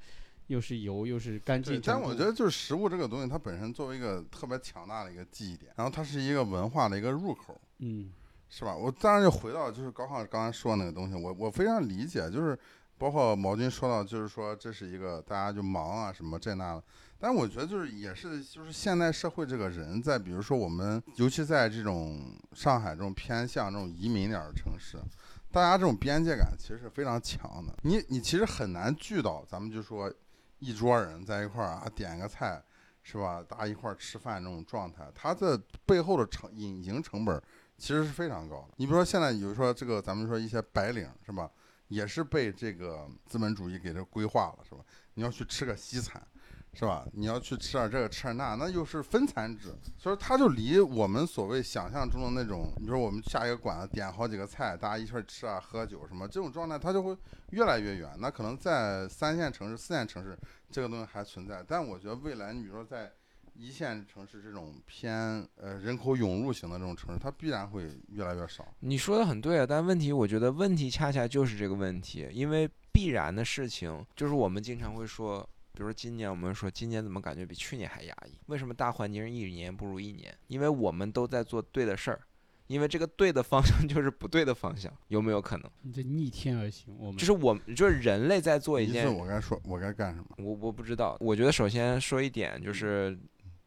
[SPEAKER 1] 又是油又是干净。，
[SPEAKER 2] 对但
[SPEAKER 1] 全
[SPEAKER 2] 我
[SPEAKER 1] 部
[SPEAKER 2] 觉得就是食物这个东西，它本身作为一个特别强大的一个记忆点，然后它是一个文化的一个入口。
[SPEAKER 1] 嗯。
[SPEAKER 2] 是吧？我当然就回到就是高考刚才说那个东西，我我非常理解，就是包括毛军说到，就是说这是一个大家就忙啊什么这那的，但我觉得就是也是就是现代社会这个人在，比如说我们尤其在这种上海这种偏向这种移民点儿的城市，大家这种边界感其实是非常强的。你你其实很难聚到，咱们就说一桌人在一块儿啊点个菜。是吧？大家一块儿吃饭这种状态，它的背后的成隐形成本其实是非常高的。你比如说现在，比如说这个咱们说一些白领是吧，也是被这个资本主义给这规划了是吧？你要去吃个西餐，是吧？你要去吃点这个吃点那，那又是分餐制，所以它就离我们所谓想象中的那种，你比如我们下一个馆子点好几个菜，大家一块儿吃啊喝酒什么这种状态，它就会越来越远。那可能在三线城市、四线城市，这个东西还存在，但我觉得未来你比如说在。一线城市这种偏呃人口涌入型的这种城市，它必然会越来越少。
[SPEAKER 3] 你说的很对啊，但问题我觉得问题恰恰就是这个问题，因为必然的事情就是我们经常会说，比如说今年我们说今年怎么感觉比去年还压抑？为什么大环境一年不如一年？因为我们都在做对的事儿，因为这个对的方向 就是不对的方向，有没有可能？
[SPEAKER 1] 你这逆天而行，我们
[SPEAKER 3] 就是我们就是人类在做一
[SPEAKER 2] 一次
[SPEAKER 3] 件
[SPEAKER 2] 我该说，我该干什么？
[SPEAKER 3] 我我不知道，我觉得首先说一点
[SPEAKER 2] 嗯
[SPEAKER 3] 就是，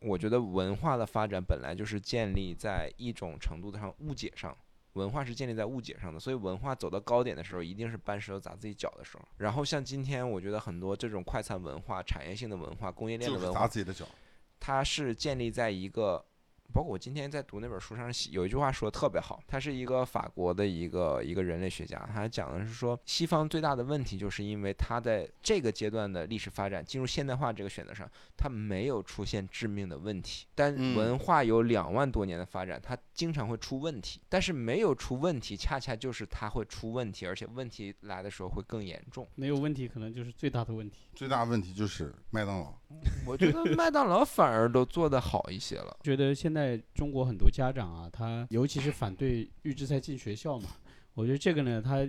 [SPEAKER 3] 我觉得文化的发展本来就是建立在一种程度上误解上，文化是建立在误解上的，所以文化走到高点的时候，一定是搬石头砸自己脚的时候。然后像今天，我觉得很多这种快餐文化、产业性的文化、供应链
[SPEAKER 2] 就
[SPEAKER 3] 的
[SPEAKER 2] 是
[SPEAKER 3] 文
[SPEAKER 2] 砸
[SPEAKER 3] 化，
[SPEAKER 2] 自己的脚。
[SPEAKER 3] 它是建立在一个，包括我今天在读那本书上写有一句话说的特别好，他是一个法国的一个一个人类学家，他讲的是说西方最大的问题就是因为他在这个阶段的历史发展进入现代化这个选择上，它没有出现致命的问题，但
[SPEAKER 2] 嗯
[SPEAKER 3] 文化有两万多年的发展，它经常会出问题，但是没有出问题，恰恰就是它会出问题，而且问题来的时候会更严重。
[SPEAKER 1] 没有问题，可能就是最大的问题。
[SPEAKER 2] 最大问题就是麦当劳，
[SPEAKER 3] 我觉得麦当劳反而都做得好一些了。
[SPEAKER 1] 觉得现在中国很多家长啊，他尤其是反对预制菜进学校嘛，我觉得这个呢，它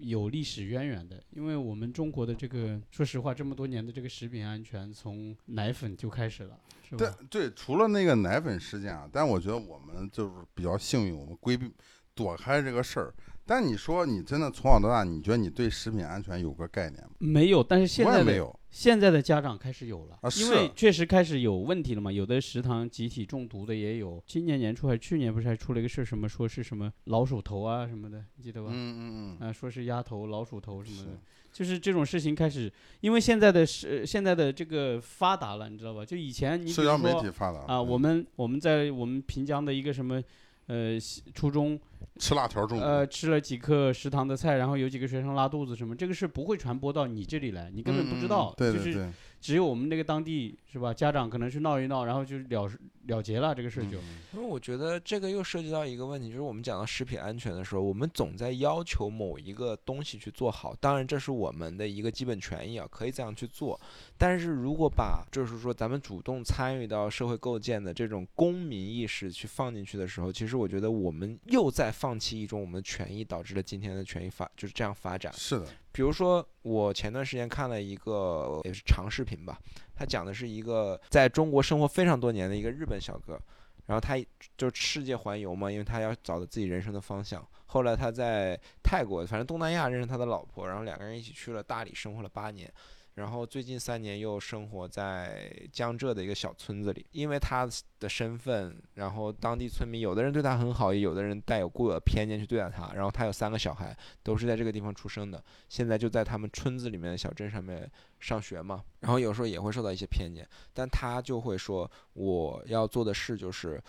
[SPEAKER 1] 有历史渊源的，因为我们中国的这个，说实话，这么多年的这个食品安全，从奶粉就开始了，是
[SPEAKER 2] 但
[SPEAKER 1] 吧？
[SPEAKER 2] 对，除了那个奶粉事件啊，但我觉得我们就是比较幸运，我们规避躲开这个事儿。但你说你真的从小到大，你觉得你对食品安全有个概念吗？
[SPEAKER 1] 没有，但是现
[SPEAKER 2] 我
[SPEAKER 1] 在
[SPEAKER 2] 也
[SPEAKER 1] 的
[SPEAKER 2] 没有。
[SPEAKER 1] 现在的家长开始有了，
[SPEAKER 2] 啊
[SPEAKER 1] 因
[SPEAKER 2] 是
[SPEAKER 1] 为确实开始有问题了嘛。有的食堂集体中毒的也有，今年年初还去年不是还出了一个事儿，什么说是什么老鼠头啊什么的，你记得吧？
[SPEAKER 2] 嗯嗯嗯，
[SPEAKER 1] 啊，说是鸭头、老鼠头什么的
[SPEAKER 2] 是，
[SPEAKER 1] 就是这种事情开始，因为现在的是现在的这个发达了，你知道吧？就以前你比
[SPEAKER 2] 社
[SPEAKER 1] 如
[SPEAKER 2] 交媒
[SPEAKER 1] 说
[SPEAKER 2] 体发达嗯
[SPEAKER 1] 啊，我们我们在我们平江的一个什么呃西初中
[SPEAKER 2] 吃辣条中毒，
[SPEAKER 1] 呃吃了几课食堂的菜，然后有几个学生拉肚子什么，这个事不会传播到你这里来，你根本不
[SPEAKER 2] 嗯
[SPEAKER 1] 知道，
[SPEAKER 2] 对
[SPEAKER 1] 就
[SPEAKER 2] 对
[SPEAKER 1] 是
[SPEAKER 2] 对，
[SPEAKER 1] 只有我们那个当地是吧？家长可能去闹一闹，然后就了了结了这个事就。
[SPEAKER 2] 嗯
[SPEAKER 3] 因为我觉得这个又涉及到一个问题，就是我们讲到食品安全的时候，我们总在要求某一个东西去做好，当然这是我们的一个基本权益啊，可以这样去做。但是如果把就是说咱们主动参与到社会构建的这种公民意识去放进去的时候，其实我觉得我们又在放弃一种我们的权益，导致了今天的权益发就是这样发展。
[SPEAKER 2] 是的，
[SPEAKER 3] 比如说，我前段时间看了一个也是长视频吧，他讲的是一个在中国生活非常多年的一个日本小哥，然后他一就世界环游嘛，因为他要找到自己人生的方向。后来他在泰国，反正东南亚认识他的老婆，然后两个人一起去了大理生活了八年。然后最近三年又生活在江浙的一个小村子里，因为他的身份，然后当地村民有的人对他很好，也有的人带有固有的偏见去对待他。然后他有三个小孩，都是在这个地方出生的，现在就在他们村子里面的小镇上面上学嘛。然后有时候也会受到一些偏见，但他就会说，我要做的事就是，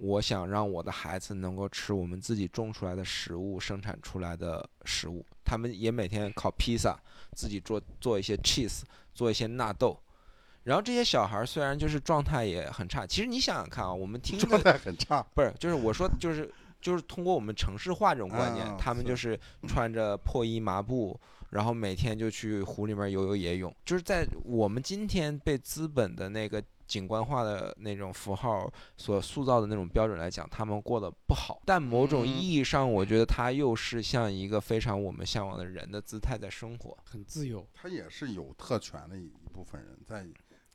[SPEAKER 3] 我想让我的孩子能够吃我们自己种出来的食物，生产出来的食物。他们也每天烤披萨，自己做做一些 cheese，做一些纳豆。然后这些小孩儿虽然就是状态也很差，其实你想想看啊，我们听
[SPEAKER 2] 状
[SPEAKER 3] 着
[SPEAKER 2] 态很差。
[SPEAKER 3] 不是，就是我说，就是就是通过我们城市化这种观念，
[SPEAKER 2] 啊
[SPEAKER 3] 他们
[SPEAKER 2] 是
[SPEAKER 3] 就是穿着破衣麻布，然后每天就去湖里面游游野泳，就是在我们今天被资本的那个景观化的那种符号所塑造的那种标准来讲，他们过得不好。但某种意
[SPEAKER 2] 嗯
[SPEAKER 3] 义上，我觉得他又是像一个非常我们向往的人的姿态在生活。
[SPEAKER 1] 很自由，
[SPEAKER 2] 他也是有特权的一一部分人，在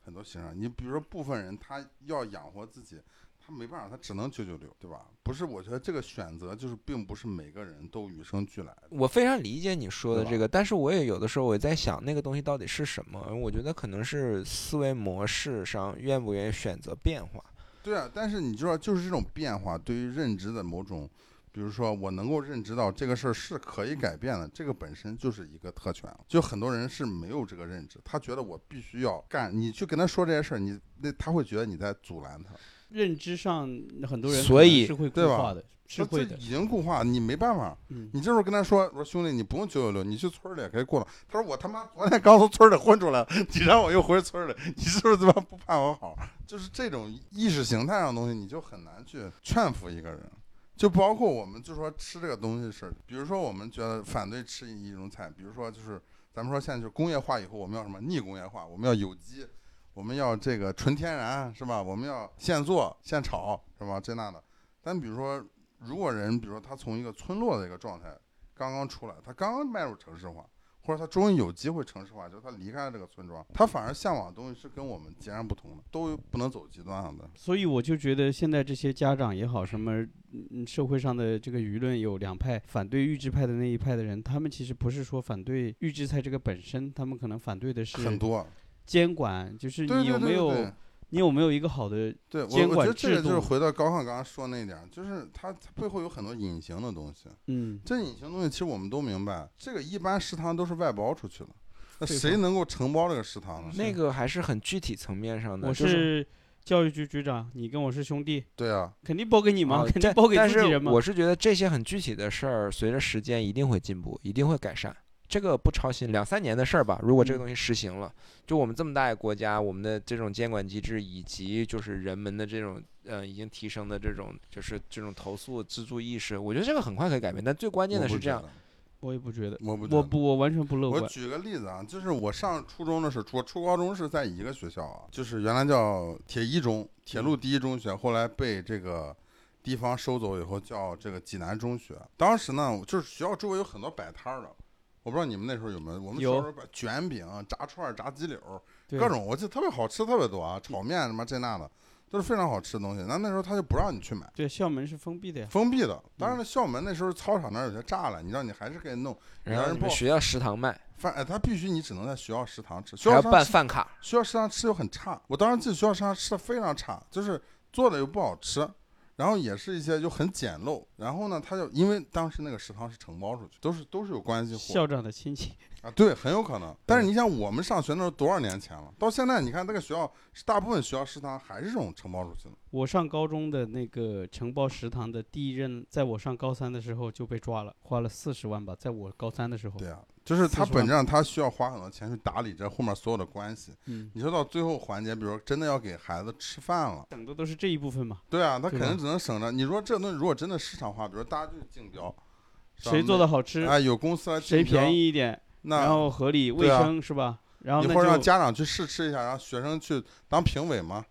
[SPEAKER 2] 很多形式上，你比如说部分人他要养活自己，他没办法，他只能九九六，对吧？不是，我觉得这个选择就是并不是每个人都与生俱来的。
[SPEAKER 3] 我非常理解你说的
[SPEAKER 2] 对吧
[SPEAKER 3] 这个，但是我也有的时候我也在想，那个东西到底是什么？我觉得可能是思维模式上愿不愿意选择变化。
[SPEAKER 2] 对啊，但是你知道，就是这种变化对于认知的某种，比如说我能够认知到这个事儿是可以改变的，这个本身就是一个特权了。就很多人是没有这个认知，他觉得我必须要干，你去跟他说这些事儿，你那他会觉得你在阻拦他，
[SPEAKER 1] 认知上很多人
[SPEAKER 3] 所
[SPEAKER 1] 可能
[SPEAKER 3] 以
[SPEAKER 1] 是会固
[SPEAKER 2] 对吧
[SPEAKER 1] 化的，是
[SPEAKER 2] 那这
[SPEAKER 1] 会的
[SPEAKER 2] 已，经固化，你没办法。
[SPEAKER 1] 嗯。
[SPEAKER 2] 你这时候跟他说，我说兄弟，你不用九九六，你去村儿里也可以过了。他说我他妈昨天刚从村儿里混出来了，你让我又回村儿里，你是不是他妈不盼我好？就是这种意识形态上的东西，你就很难去劝服一个人。就包括我们就说吃这个东西的事儿，比如说我们觉得反对吃一种菜，比如说就是咱们说现在就是工业化以后，我们要什么逆工业化，我们要有机，我们要这个纯天然是吧？我们要现做现炒是吧？这那的。但比如说，如果人比如说他从一个村落的一个状态刚刚出来，他刚刚迈入城市化，或者他终于有机会城市化，就是他离开了这个村庄，他反而向往的东西是跟我们截然不同的，都不能走极端了的。
[SPEAKER 1] 所以我就觉得现在这些家长也好，什么嗯社会上的这个舆论有两派，反对预制派的那一派的人，他们其实不是说反对预制菜这个本身，他们可能反对的是
[SPEAKER 2] 很多，
[SPEAKER 1] 监管，就是
[SPEAKER 2] 对
[SPEAKER 1] 你
[SPEAKER 2] 对
[SPEAKER 1] 有没
[SPEAKER 2] 对
[SPEAKER 1] 有
[SPEAKER 2] 对对。
[SPEAKER 1] 你有没有一个好的
[SPEAKER 2] 对，我
[SPEAKER 1] 监
[SPEAKER 2] 我觉
[SPEAKER 1] 管
[SPEAKER 2] 得这个
[SPEAKER 1] 制
[SPEAKER 2] 就是
[SPEAKER 1] 度
[SPEAKER 2] 回到高亢刚刚说那一点儿，就是它它背后有很多隐形的东西。
[SPEAKER 1] 嗯
[SPEAKER 2] 这隐形东西其实我们都明白，这个一般食堂都是外包出去的，那
[SPEAKER 1] 对
[SPEAKER 2] 谁
[SPEAKER 1] 吧
[SPEAKER 2] 能够承包这个食堂呢？
[SPEAKER 3] 那个还是很具体层面上的。
[SPEAKER 1] 我
[SPEAKER 3] 嗯就是
[SPEAKER 1] 是教育局局长，你跟我是兄弟，
[SPEAKER 2] 对啊，
[SPEAKER 1] 肯定包给你嘛，
[SPEAKER 3] 啊
[SPEAKER 1] 肯定
[SPEAKER 3] 但
[SPEAKER 1] 包给
[SPEAKER 3] 但
[SPEAKER 1] 自己
[SPEAKER 3] 是
[SPEAKER 1] 人嘛。
[SPEAKER 3] 我是觉得这些很具体的事儿，随着时间一定会进步，一定会改善。这个不操心，两三年的事儿吧。如果这个
[SPEAKER 1] 嗯
[SPEAKER 3] 东西实行了，就我们这么大一个国家，我们的这种监管机制以及就是人们的这种呃已经提升的这种就是这种投诉自助意识，我觉得这个很快可以改变。但最关键
[SPEAKER 2] 我
[SPEAKER 3] 的
[SPEAKER 2] 不
[SPEAKER 3] 是这
[SPEAKER 2] 觉
[SPEAKER 3] 样，
[SPEAKER 2] 得，
[SPEAKER 1] 我也不觉得，
[SPEAKER 2] 我不觉
[SPEAKER 1] 我
[SPEAKER 2] 得
[SPEAKER 1] 不，我完全不乐
[SPEAKER 2] 我
[SPEAKER 1] 观。
[SPEAKER 2] 举个例子啊，就是我上初中的时候，我初高中是在一个学校啊，就是原来叫铁一中，铁
[SPEAKER 3] 嗯
[SPEAKER 2] 路第一中学，后来被这个地方收走以后叫这个济南中学。当时呢，就是学校周围有很多摆摊儿的，我不知道你们那时候有没有，我们小
[SPEAKER 1] 有
[SPEAKER 2] 时候摆卷饼、炸串儿、炸鸡柳儿，
[SPEAKER 1] 对
[SPEAKER 2] 各种，我记得特别好吃，特别多啊，炒面什么这那的，都是非常好吃的东西。那那时候他就不让你去买。
[SPEAKER 1] 对校门是封闭的呀。
[SPEAKER 2] 封闭的，当然
[SPEAKER 3] 嗯
[SPEAKER 2] 了，校门那时候操场那儿有些栅栏，你让你还是可以弄，
[SPEAKER 3] 然后
[SPEAKER 2] 人
[SPEAKER 3] 你们
[SPEAKER 2] 报
[SPEAKER 3] 学校食堂卖，
[SPEAKER 2] 反哎，他必须你只能在学校食堂吃，学校
[SPEAKER 3] 还要
[SPEAKER 2] 食堂
[SPEAKER 3] 办
[SPEAKER 2] 吃
[SPEAKER 3] 饭卡。
[SPEAKER 2] 学校食堂吃又很差，我当时记得学校食堂吃的非常差，就是做的又不好吃，然后也是一些就很简陋。然后呢，他就因为当时那个食堂是承包出去，都是都是有关系户
[SPEAKER 1] 校长的亲戚，
[SPEAKER 2] 啊，对，很有可能。但是你想，我们上学那时候多少年前了，到现在你看那个学校，大部分学校食堂还是这种承包出去的。
[SPEAKER 1] 我上高中的那个承包食堂的第一任，在我上高三的时候就被抓了，花了四十万吧，在我高三的时候。嗯
[SPEAKER 2] 对啊，就是
[SPEAKER 1] 40
[SPEAKER 2] 他
[SPEAKER 1] 万
[SPEAKER 2] 本质上他需要花很多钱去打理这后面所有的关系。
[SPEAKER 1] 嗯，
[SPEAKER 2] 你说到最后环节，比如说真的要给孩子吃饭了。
[SPEAKER 1] 省的都是这一部分嘛，
[SPEAKER 2] 对啊，他
[SPEAKER 1] 对
[SPEAKER 2] 肯
[SPEAKER 1] 吧
[SPEAKER 2] 定只能省着。你说这东西如果真的市场化，比如大家就竞标，是吧
[SPEAKER 1] 谁做的好吃，
[SPEAKER 2] 哎，有公司来
[SPEAKER 1] 谁
[SPEAKER 2] 竞标
[SPEAKER 1] 便，宜一点，然
[SPEAKER 2] 那
[SPEAKER 1] 后合理卫
[SPEAKER 2] 对啊
[SPEAKER 1] 生是吧？然后
[SPEAKER 2] 你
[SPEAKER 1] 那
[SPEAKER 2] 或者让
[SPEAKER 1] 就，
[SPEAKER 2] 家长去试吃一下，让学生去当评委嘛，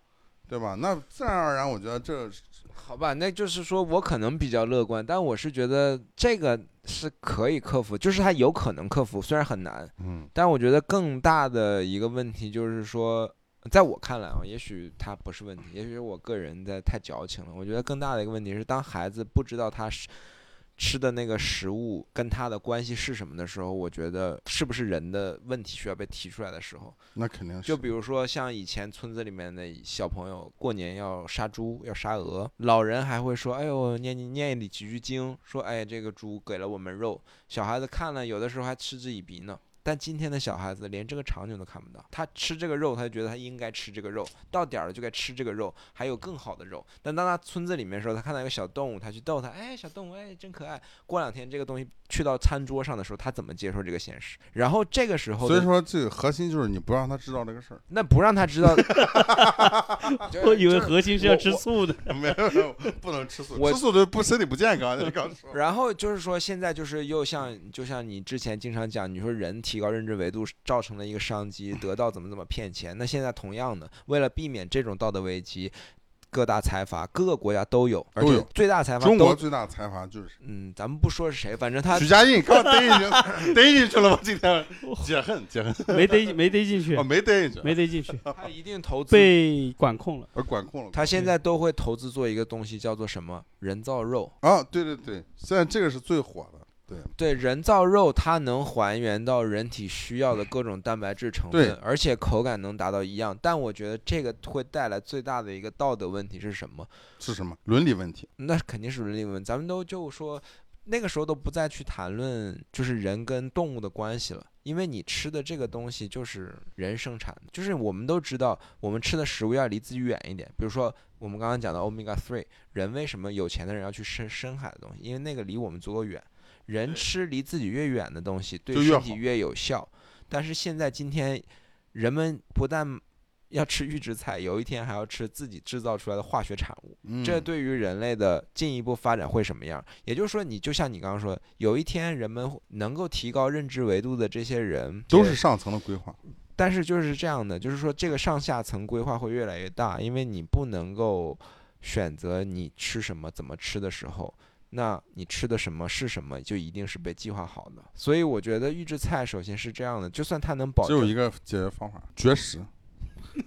[SPEAKER 2] 对吧？那自然而然，我觉得这是
[SPEAKER 3] 好吧，那就是说我可能比较乐观，但我是觉得这个是可以克服，就是它有可能克服，虽然很难，
[SPEAKER 2] 嗯，
[SPEAKER 3] 但我觉得更大的一个问题就是说，在我看来啊，也许它不是问题，也许是我个人在太矫情了。我觉得更大的一个问题是，当孩子不知道他是。吃的那个食物跟他的关系是什么的时候，我觉得是不是人的问题需要被提出来的时候，
[SPEAKER 2] 那肯定。
[SPEAKER 3] 就是比如说像以前村子里面的小朋友过年要杀猪要杀鹅，老人还会说：“哎呦，念你念你几句经，说哎这个猪给了我们肉。”小孩子看了有的时候还嗤之以鼻呢。但今天的小孩子连这个场景都看不到，他吃这个肉，他就觉得他应该吃这个肉，到点儿了就该吃这个肉，还有更好的肉。但当他村子里面的时候，他看到一个小动物，他去逗它，哎，小动物，哎，真可爱。过两天这个东西去到餐桌上的时候，他怎么接受这个现实？然后这个时候的，
[SPEAKER 2] 所以说，这个核心就是你不让他知道这个事儿。
[SPEAKER 3] 那不让他知道我
[SPEAKER 1] 我以为核心是要吃
[SPEAKER 3] 我
[SPEAKER 1] 醋的，
[SPEAKER 2] 没有，不能 吃素，
[SPEAKER 3] 我
[SPEAKER 2] 吃素对不身体不健康。你刚说，
[SPEAKER 3] 然后就是说，现在就是又像，就像你之前经常讲，你说人提高认知维度是造成了一个商机，得到怎么怎么骗钱。那现在同样的，为了避免这种道德危机，各大财阀各个国家都有，而
[SPEAKER 2] 都
[SPEAKER 3] 且
[SPEAKER 2] 有
[SPEAKER 3] 最大财阀
[SPEAKER 2] 中国
[SPEAKER 3] 都，
[SPEAKER 2] 最大的财阀就 是谁
[SPEAKER 3] 嗯，咱们不说是谁，反正他
[SPEAKER 2] 许家印，刚逮 进去，逮进去了吧？今天解恨解恨，
[SPEAKER 1] 没逮没逮进去
[SPEAKER 2] 我，没逮进去，
[SPEAKER 1] 没逮 进
[SPEAKER 2] 啊
[SPEAKER 1] 去，
[SPEAKER 3] 他一定投资，
[SPEAKER 1] 被管控了。
[SPEAKER 2] 我管控了。
[SPEAKER 3] 他现在都会投资做一个东西叫做什么人造肉。
[SPEAKER 2] 啊，对对对，现在这个是最火的。
[SPEAKER 3] 对人造肉，它能还原到人体需要的各种蛋白质成
[SPEAKER 2] 对
[SPEAKER 3] 分，而且口感能达到一样。但我觉得这个会带来最大的一个道德问题是什么？
[SPEAKER 2] 是什么伦理问题？
[SPEAKER 3] 那肯定是伦理问题。咱们都就说那个时候都不再去谈论就是人跟动物的关系了，因为你吃的这个东西就是人生产的，就是我们都知道，我们吃的食物要离自己远一点。比如说我们刚刚讲的 omega three，人为什么有钱的人要去深深海的东西？因为那个离我们足够远。人吃离自己越远的东西，对
[SPEAKER 2] 就越
[SPEAKER 3] 身体
[SPEAKER 2] 好
[SPEAKER 3] 越有效。但是现在今天，人们不但要吃预制菜，有一天还要吃自己制造出来的化学产物。
[SPEAKER 2] 嗯
[SPEAKER 3] 这对于人类的进一步发展会什么样？也就是说，你就像你刚刚说的，有一天人们能够提高认知维度的这些人，
[SPEAKER 2] 都
[SPEAKER 3] 这
[SPEAKER 2] 是上层的规划。
[SPEAKER 3] 但是就是这样的，就是说这个上下层规划会越来越大，因为你不能够选择你吃什么、怎么吃的时候，那你吃的什么是什么，就一定是被计划好的。所以我觉得预制菜首先是这样的，就算它能保
[SPEAKER 2] 只有
[SPEAKER 3] 证
[SPEAKER 2] 一个解决方法，绝食。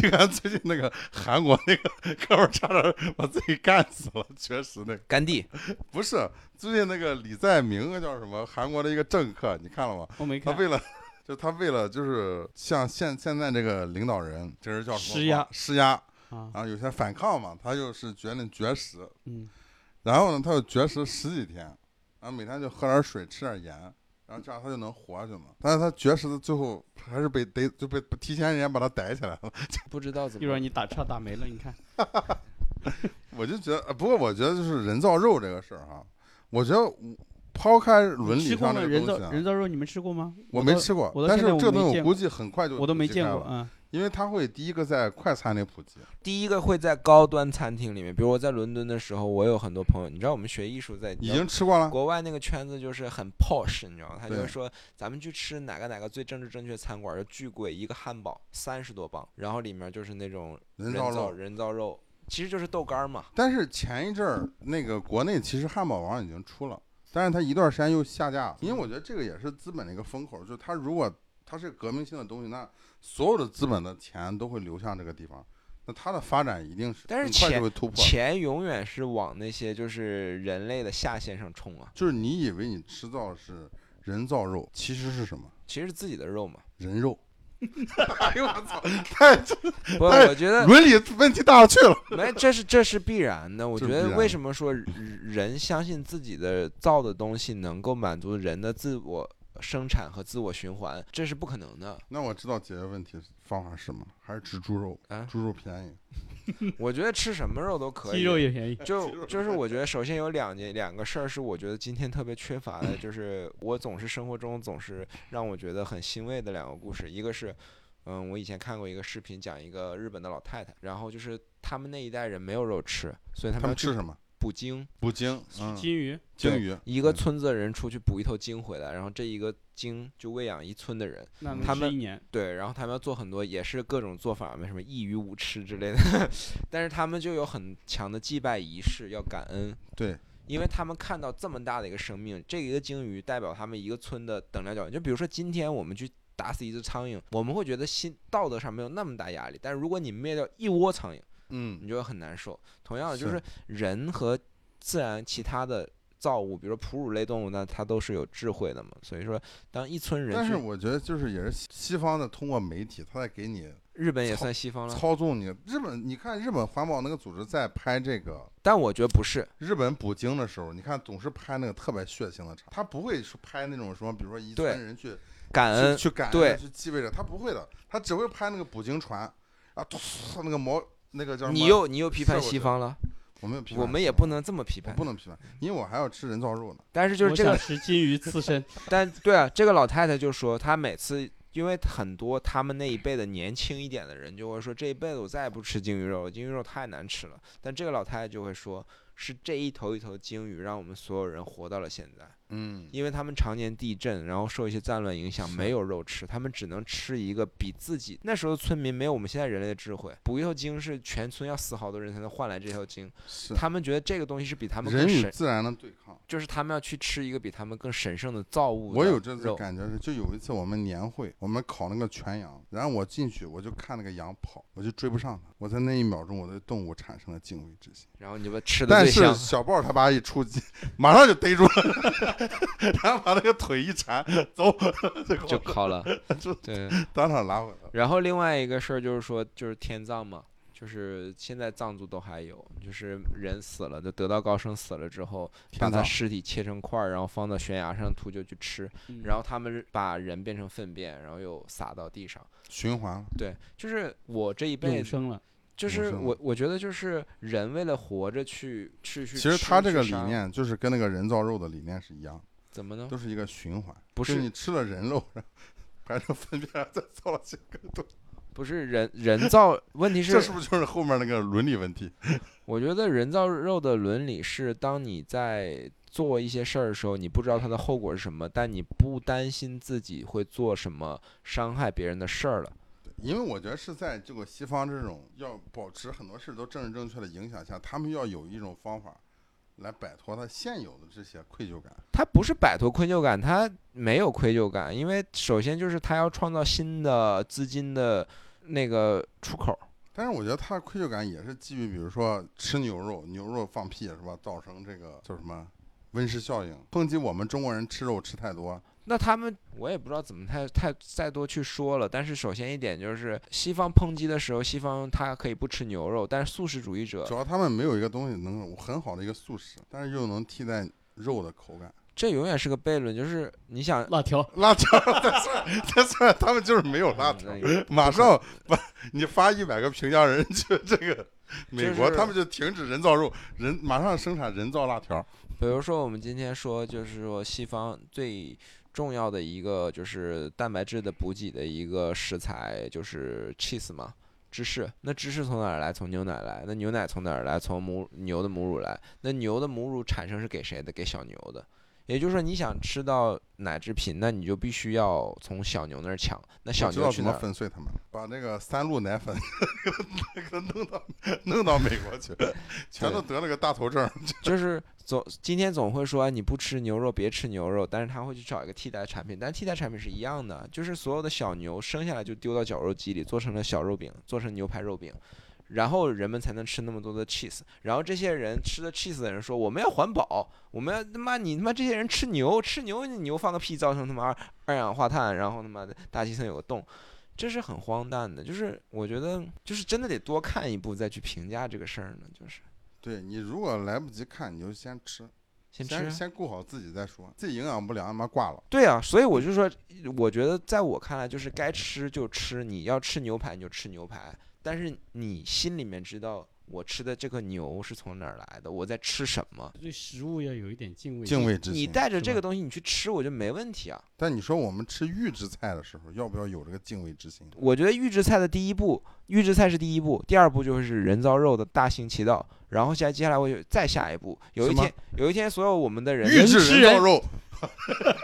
[SPEAKER 2] 你看最近那个韩国那个哥们儿差点把自己干死了，绝食那个
[SPEAKER 3] 甘地，
[SPEAKER 2] 不是最近那个李在明啊叫什么？韩国的一个政客，你看了吗？
[SPEAKER 1] 我没
[SPEAKER 2] 他
[SPEAKER 1] 看。
[SPEAKER 2] 为了就他为了就是像现现在这个领导人，这人叫什么？
[SPEAKER 1] 施压
[SPEAKER 2] 施压，
[SPEAKER 1] 啊，
[SPEAKER 2] 然后有些反抗嘛，他就是决定绝食，
[SPEAKER 1] 嗯，
[SPEAKER 2] 然后呢，他就绝食十几天，然后每天就喝点水，吃点盐，然后这样他就能活下去嘛。但是他绝食的最后还是被逮，就被提前人家把他逮起来了。
[SPEAKER 3] 不知道怎
[SPEAKER 1] 一会儿
[SPEAKER 3] 么
[SPEAKER 1] 你打岔打没了，你看，
[SPEAKER 2] 我就觉得，呃不过我觉得就是人造肉这个事儿哈，我觉得抛开伦
[SPEAKER 1] 吃
[SPEAKER 2] 理
[SPEAKER 1] 过
[SPEAKER 2] 上
[SPEAKER 1] 吗？
[SPEAKER 2] 这个
[SPEAKER 1] 人
[SPEAKER 2] 东
[SPEAKER 1] 造
[SPEAKER 2] 西啊
[SPEAKER 1] 人，造肉你们吃过吗？
[SPEAKER 2] 我
[SPEAKER 1] 我
[SPEAKER 2] 没
[SPEAKER 1] 都
[SPEAKER 2] 吃过
[SPEAKER 1] 我，到
[SPEAKER 2] 但是
[SPEAKER 1] 现在我
[SPEAKER 2] 这
[SPEAKER 1] 没
[SPEAKER 2] 东西
[SPEAKER 1] 见
[SPEAKER 2] 我
[SPEAKER 1] 过
[SPEAKER 2] 估计很快就
[SPEAKER 1] 我都没
[SPEAKER 2] 普及
[SPEAKER 1] 见
[SPEAKER 2] 开
[SPEAKER 1] 过
[SPEAKER 2] 了，
[SPEAKER 1] 嗯，
[SPEAKER 2] 因为它会第一个在快餐里普及。
[SPEAKER 3] 第一个会在高端餐厅里面，比如我在伦敦的时候，我有很多朋友，你知道我们学艺术在
[SPEAKER 2] 已经吃过了，
[SPEAKER 3] 国外那个圈子就是很 posh，你知道吗？他就
[SPEAKER 2] 对
[SPEAKER 3] 是说咱们去吃哪个哪个最政治正确餐馆，就巨贵，一个汉堡三十多磅，然后里面就是那种
[SPEAKER 2] 人
[SPEAKER 3] 人
[SPEAKER 2] 造
[SPEAKER 3] 造
[SPEAKER 2] 肉。
[SPEAKER 3] 人造肉，其实就是豆干儿嘛。
[SPEAKER 2] 但是前一阵儿那个国内其实汉堡王已经出了，但是它一段时间又下架了，因为我觉得这个也是资本的一个风口，就是它如果它是革命性的东西，那所有的资本的钱都会流向这个地方，那它的发展一定是
[SPEAKER 3] 但是
[SPEAKER 2] 很快
[SPEAKER 3] 钱
[SPEAKER 2] 就会突破。
[SPEAKER 3] 钱永远是往那些就是人类的下限上冲啊，
[SPEAKER 2] 就是你以为你吃到的是人造肉，其实是什么？
[SPEAKER 3] 其实是自己 的肉嘛。
[SPEAKER 2] 人肉。哎呦我操！太
[SPEAKER 3] 不，
[SPEAKER 2] 哎
[SPEAKER 3] 我觉得
[SPEAKER 2] 伦理问题大了去了。
[SPEAKER 3] 没，这是这是必然的。我
[SPEAKER 2] 这
[SPEAKER 3] 觉
[SPEAKER 2] 是必
[SPEAKER 3] 得
[SPEAKER 2] 然
[SPEAKER 3] 为
[SPEAKER 2] 的
[SPEAKER 3] 什么说人人相信自己的造的东西能够满足人的自我生产和自我循环，这是不可 能的。
[SPEAKER 2] 那我知道解决问题方法是什么了，还是吃猪肉
[SPEAKER 3] 啊，
[SPEAKER 2] 猪肉便宜。
[SPEAKER 3] 我觉得吃什么肉都可以，
[SPEAKER 1] 鸡肉也便宜，
[SPEAKER 3] 就就是我觉得，首先有两件两个事儿是我觉得今天特别缺乏的， 就是我总是生活中总是让我觉得很欣慰的两个故事，一个是。嗯，我以前看过一个视频，讲一个日本的老太太，然后就是他们那一代人没有肉吃，所以他
[SPEAKER 2] 他
[SPEAKER 3] 们要
[SPEAKER 2] 们
[SPEAKER 3] 去
[SPEAKER 2] 吃什么？
[SPEAKER 3] 捕鲸。
[SPEAKER 2] 捕鲸，嗯，
[SPEAKER 1] 金鱼，
[SPEAKER 2] 鲸
[SPEAKER 3] 对
[SPEAKER 2] 鱼。
[SPEAKER 3] 一个
[SPEAKER 2] 嗯
[SPEAKER 3] 村子的人出去捕一头鲸回来，然后这一个鲸就喂养一村的人，
[SPEAKER 1] 那
[SPEAKER 2] 嗯
[SPEAKER 1] 能
[SPEAKER 3] 他
[SPEAKER 1] 吃
[SPEAKER 3] 们
[SPEAKER 1] 一年，
[SPEAKER 3] 对，然后他们要做很多，也是各种做法嘛，什么一鱼五吃之类的， 但是他们就有很强的祭拜仪式，要感恩，
[SPEAKER 2] 对，
[SPEAKER 3] 因为他们看到这么大的一个生命，这一个鲸鱼代表他们一个村的等量角力。就比如说今天我们去打死一只苍蝇，我们会觉得心道德上没有那么大压力，但是如果你灭掉一窝苍蝇，
[SPEAKER 2] 嗯，
[SPEAKER 3] 你就会很难受。同样的，就是是人和自然其他的造物，比如说哺乳类动物，那它都是有智慧的嘛。所以说，当一村人
[SPEAKER 2] 但
[SPEAKER 3] 去，
[SPEAKER 2] 是我觉得就是也是西西方的，通过媒体，他在给你
[SPEAKER 3] 日本也
[SPEAKER 2] 操
[SPEAKER 3] 算西方了，
[SPEAKER 2] 操纵你。日本，你看日本环保那个组织在拍这个
[SPEAKER 3] 但我觉得不是。
[SPEAKER 2] 日本捕鲸的时候，你看总是拍那个特别血腥的场，他不会说拍那种什么，比如说一
[SPEAKER 3] 对
[SPEAKER 2] 村人去
[SPEAKER 3] 感
[SPEAKER 2] 去
[SPEAKER 3] 恩
[SPEAKER 2] 去赶
[SPEAKER 3] 对
[SPEAKER 2] 去继位着，他不会的，他只会拍那个捕鲸船啊，突那个毛那个叫什么？
[SPEAKER 3] 你又你又批判
[SPEAKER 2] 射过
[SPEAKER 3] 西
[SPEAKER 2] 去
[SPEAKER 3] 方了，
[SPEAKER 2] 我们批判
[SPEAKER 3] 我嗯们也
[SPEAKER 2] 西方
[SPEAKER 3] 不能这么批
[SPEAKER 2] 我
[SPEAKER 3] 判。
[SPEAKER 2] 不能批判，因为我还要吃人造肉呢。
[SPEAKER 3] 但是就是
[SPEAKER 1] 我
[SPEAKER 3] 这个
[SPEAKER 1] 想，吃金鱼刺身，
[SPEAKER 3] 但对啊，这个老太太就说，她每次因为很多他们那一辈的年轻一点的人就会说，这一辈子我再也不吃鲸鱼肉了，鲸鱼肉太难吃了。但这个老太太就会说，是这一头一头鲸鱼让我们所有人活到了现在，
[SPEAKER 2] 嗯，
[SPEAKER 3] 因为他们常年地震，然后受一些战乱影响，
[SPEAKER 2] 是
[SPEAKER 3] 没有肉吃，他们只能吃一个比自己那时候村民没有我们现在人类的智慧，捕一头鲸是全村要死好多人才能换来这条鲸，
[SPEAKER 2] 是
[SPEAKER 3] 他们觉得这个东西是比他们
[SPEAKER 2] 人
[SPEAKER 3] 更
[SPEAKER 2] 与
[SPEAKER 3] 神，
[SPEAKER 2] 自然的对抗。
[SPEAKER 3] 就是他们要去吃一个比他们更神圣的造物的
[SPEAKER 2] 我
[SPEAKER 3] 肉。
[SPEAKER 2] 有这次感觉是，就有一次我们年会，我们烤那个全羊，然后我进去，我就看那个羊跑，我就追不上它。我在那一秒钟，我对动物产生了敬畏之心。
[SPEAKER 3] 然后你把吃的
[SPEAKER 2] 但
[SPEAKER 3] 最
[SPEAKER 2] 是
[SPEAKER 3] 香，
[SPEAKER 2] 小豹他爸一出击，马上就逮住了， 然后把那个腿一缠，走，
[SPEAKER 3] 就烤了
[SPEAKER 2] 就。
[SPEAKER 3] 对，
[SPEAKER 2] 当场拉回来了。
[SPEAKER 3] 然后另外一个事儿就是说，就是天葬嘛，就是现在藏族都还有，就是人死了，就得道高僧死了之后，把
[SPEAKER 2] 天
[SPEAKER 3] 他
[SPEAKER 2] 葬
[SPEAKER 3] 尸体切成块儿，然后放到悬崖上秃鹫去吃，
[SPEAKER 1] 嗯
[SPEAKER 3] 然后他们把人变成粪便，然后又撒到地上。
[SPEAKER 2] 循环了，
[SPEAKER 3] 对，就是我这一辈
[SPEAKER 1] 永
[SPEAKER 3] 子，
[SPEAKER 1] 生了，
[SPEAKER 3] 就
[SPEAKER 2] 永
[SPEAKER 3] 是
[SPEAKER 2] 生
[SPEAKER 3] 我我觉得就是人为了活着去去去吃，
[SPEAKER 2] 其实他这
[SPEAKER 3] 去
[SPEAKER 2] 个理
[SPEAKER 3] 杀
[SPEAKER 2] 念就是跟那个人造肉的理念是一样，
[SPEAKER 3] 怎么呢
[SPEAKER 2] 都？是一个循环。
[SPEAKER 3] 不
[SPEAKER 2] 就是你吃了人肉，然后排成粪便，然后再造了这个东西。
[SPEAKER 3] 不是人人造，问题
[SPEAKER 2] 这
[SPEAKER 3] 是
[SPEAKER 2] 是不是就是后面那个伦理问题？
[SPEAKER 3] 我觉得人造肉的伦理是，当你在做一些事儿的时候，你不知道它的后果是什么，但你不担心自己会做什么伤害别人的事儿了。
[SPEAKER 2] 因为我觉得是在这个西方这种要保持很多事都政治正确的影响下，他们要有一种方法来摆脱他现有的这些愧疚感。
[SPEAKER 3] 他不是摆脱愧疚感，他没有愧疚感，因为首先就是他要创造新的资金的那个出口。
[SPEAKER 2] 但是我觉得他的愧疚感也是基于，比如说吃牛肉，牛肉放屁是吧，造成这个叫什么温室效应，抨击我们中国人吃肉吃太多。
[SPEAKER 3] 那他们我也不知道怎么太太再多去说了，但是首先一点就是，西方抨击的时候，西方他可以不吃牛肉，但是素食主义者
[SPEAKER 2] 主要他们没有一个东西能很好的一个素食，但是又能替代肉的口感。
[SPEAKER 3] 这永远是个悖论，就是你想
[SPEAKER 1] 辣条，
[SPEAKER 2] 辣 条，他算他算他们就是没有辣
[SPEAKER 3] 嗯
[SPEAKER 2] 条。马上把你发一百个评价人去这个美国，
[SPEAKER 3] 就是
[SPEAKER 2] 他们就停止人造肉，人马上生产人造辣条。
[SPEAKER 3] 比如说，我们今天说，就是说西方最重要的一个就是蛋白质的补给的一个食材，就是 cheese 嘛，芝士。那芝士从哪儿来？从牛奶来。那牛奶从哪儿来？从母牛的母乳来。那牛的母乳产生是给谁的？给小牛的。也就是说，你想吃到奶制品，那你就必须要从小牛那儿抢。那小
[SPEAKER 2] 我知
[SPEAKER 3] 牛
[SPEAKER 2] 道
[SPEAKER 3] 去
[SPEAKER 2] 怎
[SPEAKER 3] 哪
[SPEAKER 2] 么
[SPEAKER 3] 儿？
[SPEAKER 2] 粉碎他们，把那个三鹿奶粉 给他弄到弄到美国去，全都得了个大头症。
[SPEAKER 3] 就是总今天总会说哎你不吃牛肉，别吃牛肉，但是他会去找一个替代产品，但替代产品是一样的，就是所有的小牛生下来就丢到绞肉机里，做成了小肉饼，做成牛排肉饼，然后人们才能吃那么多的 cheese，然后这些人吃的 cheese 的人说我们要环保，我们要他妈你他妈这些人吃牛吃牛，你牛放个屁造成他妈二二氧化碳，然后他妈的大气层有个洞。这是很荒诞的，就是我觉得，就是真的得多看一部再去评价这个事儿呢，就是
[SPEAKER 2] 对你如果来不及看，你就先吃，
[SPEAKER 3] 先吃
[SPEAKER 2] 先先顾好自己再说，自己营养不良，他妈挂了。
[SPEAKER 3] 对啊，所以我就说，我觉得在我看来，就是该吃就吃，你要吃牛排你就吃牛排，但是你心里面知道我吃的这个牛是从哪儿来的，我在吃什么，
[SPEAKER 1] 对食物要有一点敬畏心。
[SPEAKER 2] 敬畏之
[SPEAKER 3] 你
[SPEAKER 2] 心。
[SPEAKER 3] 带着
[SPEAKER 1] 是
[SPEAKER 3] 这
[SPEAKER 1] 吧
[SPEAKER 3] 个东西你去吃，我觉得没问题啊。
[SPEAKER 2] 但你说我们吃预制菜的时候，要不要有这个敬畏之心？
[SPEAKER 3] 我觉得预制菜的第一步，预制菜是第一步，第二步就是人造肉的大行其道，然后接接下来我就再下一步，有一
[SPEAKER 2] 什么
[SPEAKER 3] 天有一天所有我们的人
[SPEAKER 2] 预制
[SPEAKER 1] 吃
[SPEAKER 2] 人造
[SPEAKER 1] 人
[SPEAKER 2] 肉，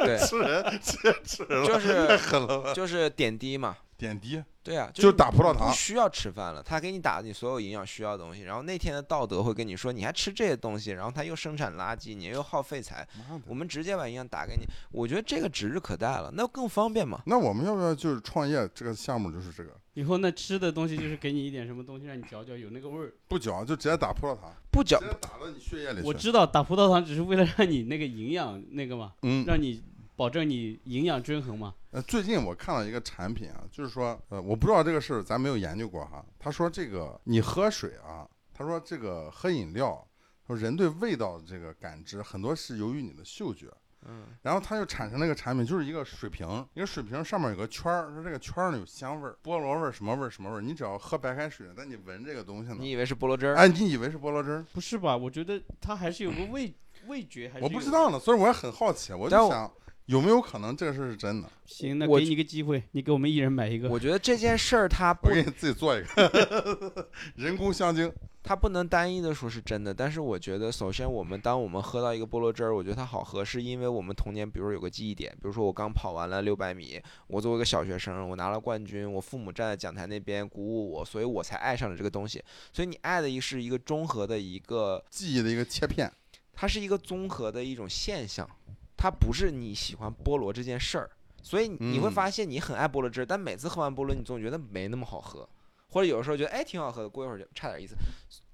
[SPEAKER 3] 对
[SPEAKER 2] 吃人，吃吃人了，
[SPEAKER 3] 就是
[SPEAKER 2] 太狠了吧，就是
[SPEAKER 3] 就是点滴嘛，
[SPEAKER 2] 点滴，
[SPEAKER 3] 对啊，
[SPEAKER 2] 就是打葡萄
[SPEAKER 3] 不
[SPEAKER 2] 糖。
[SPEAKER 3] 需要吃饭了，他给你打你所有营养需要的东西，然后那天的道德会跟你说你还吃这些东西，然后他又生产垃圾，你又耗废材，
[SPEAKER 2] 妈的
[SPEAKER 3] 我们直接把营养打给你，我觉得这个指日可待了，那更方便嘛。
[SPEAKER 2] 那我们要不要就是创业这个项目就是这个，
[SPEAKER 1] 以后那吃的东西就是给你一点什么东西让你嚼嚼，有那个味儿。
[SPEAKER 2] 不嚼就直接打葡萄糖，
[SPEAKER 3] 不嚼
[SPEAKER 2] 直接打到你血液里去。
[SPEAKER 1] 我知道打葡萄糖只是为了让你那个营养那个嘛，
[SPEAKER 2] 嗯，
[SPEAKER 1] 让你保证你营养均衡嘛。
[SPEAKER 2] 呃，最近我看到一个产品啊，就是说，呃，我不知道这个事儿，咱没有研究过哈。他说这个你喝水啊，他说这个喝饮料，说人对味道的这个感知很多是由于你的嗅觉。
[SPEAKER 3] 嗯，
[SPEAKER 2] 然后他就产生了一个产品，就是一个水瓶，一个水瓶上面有个圈儿，说这个圈儿呢有香味儿，菠萝味儿什么味儿什么味儿。你只要喝白开水，但你闻这个东西呢，
[SPEAKER 3] 你以为是菠萝汁儿？
[SPEAKER 2] 哎，你以为是菠萝汁儿？
[SPEAKER 1] 不是吧？我觉得它还是有个味味觉，还是
[SPEAKER 2] 我不
[SPEAKER 1] 有
[SPEAKER 2] 知
[SPEAKER 1] 的
[SPEAKER 2] 道。呢，所以我也很好奇，啊我
[SPEAKER 3] 但
[SPEAKER 2] 就
[SPEAKER 3] 我
[SPEAKER 2] 想有没有可能这个事儿是真的？
[SPEAKER 1] 行，那
[SPEAKER 3] 我
[SPEAKER 1] 给你一个机会，你给我们一人买一个。
[SPEAKER 3] 我觉得这件事儿它
[SPEAKER 2] 我
[SPEAKER 3] 不
[SPEAKER 2] 给你自己做一个 人工香精，
[SPEAKER 3] 它不能单一的说是真的，但是我觉得，首先我们当我们喝到一个菠萝汁儿，我觉得它好喝，是因为我们童年，比如说有个记忆点，比如说我刚跑完了六百米，我作为一个小学生，我拿了冠军，我父母站在讲台那边鼓舞我，所以我才爱上了这个东西。所以你爱的一是一个综合的一个，
[SPEAKER 2] 记忆的一个切片。
[SPEAKER 3] 它是一个综合的一种现象，它不是你喜欢菠萝这件事儿。所以你会
[SPEAKER 2] 嗯
[SPEAKER 3] 发现你很爱菠萝汁儿，但每次喝完菠萝，你总觉得没那么好喝，或者有的时候觉得哎挺好喝的，过一会儿就差点意思。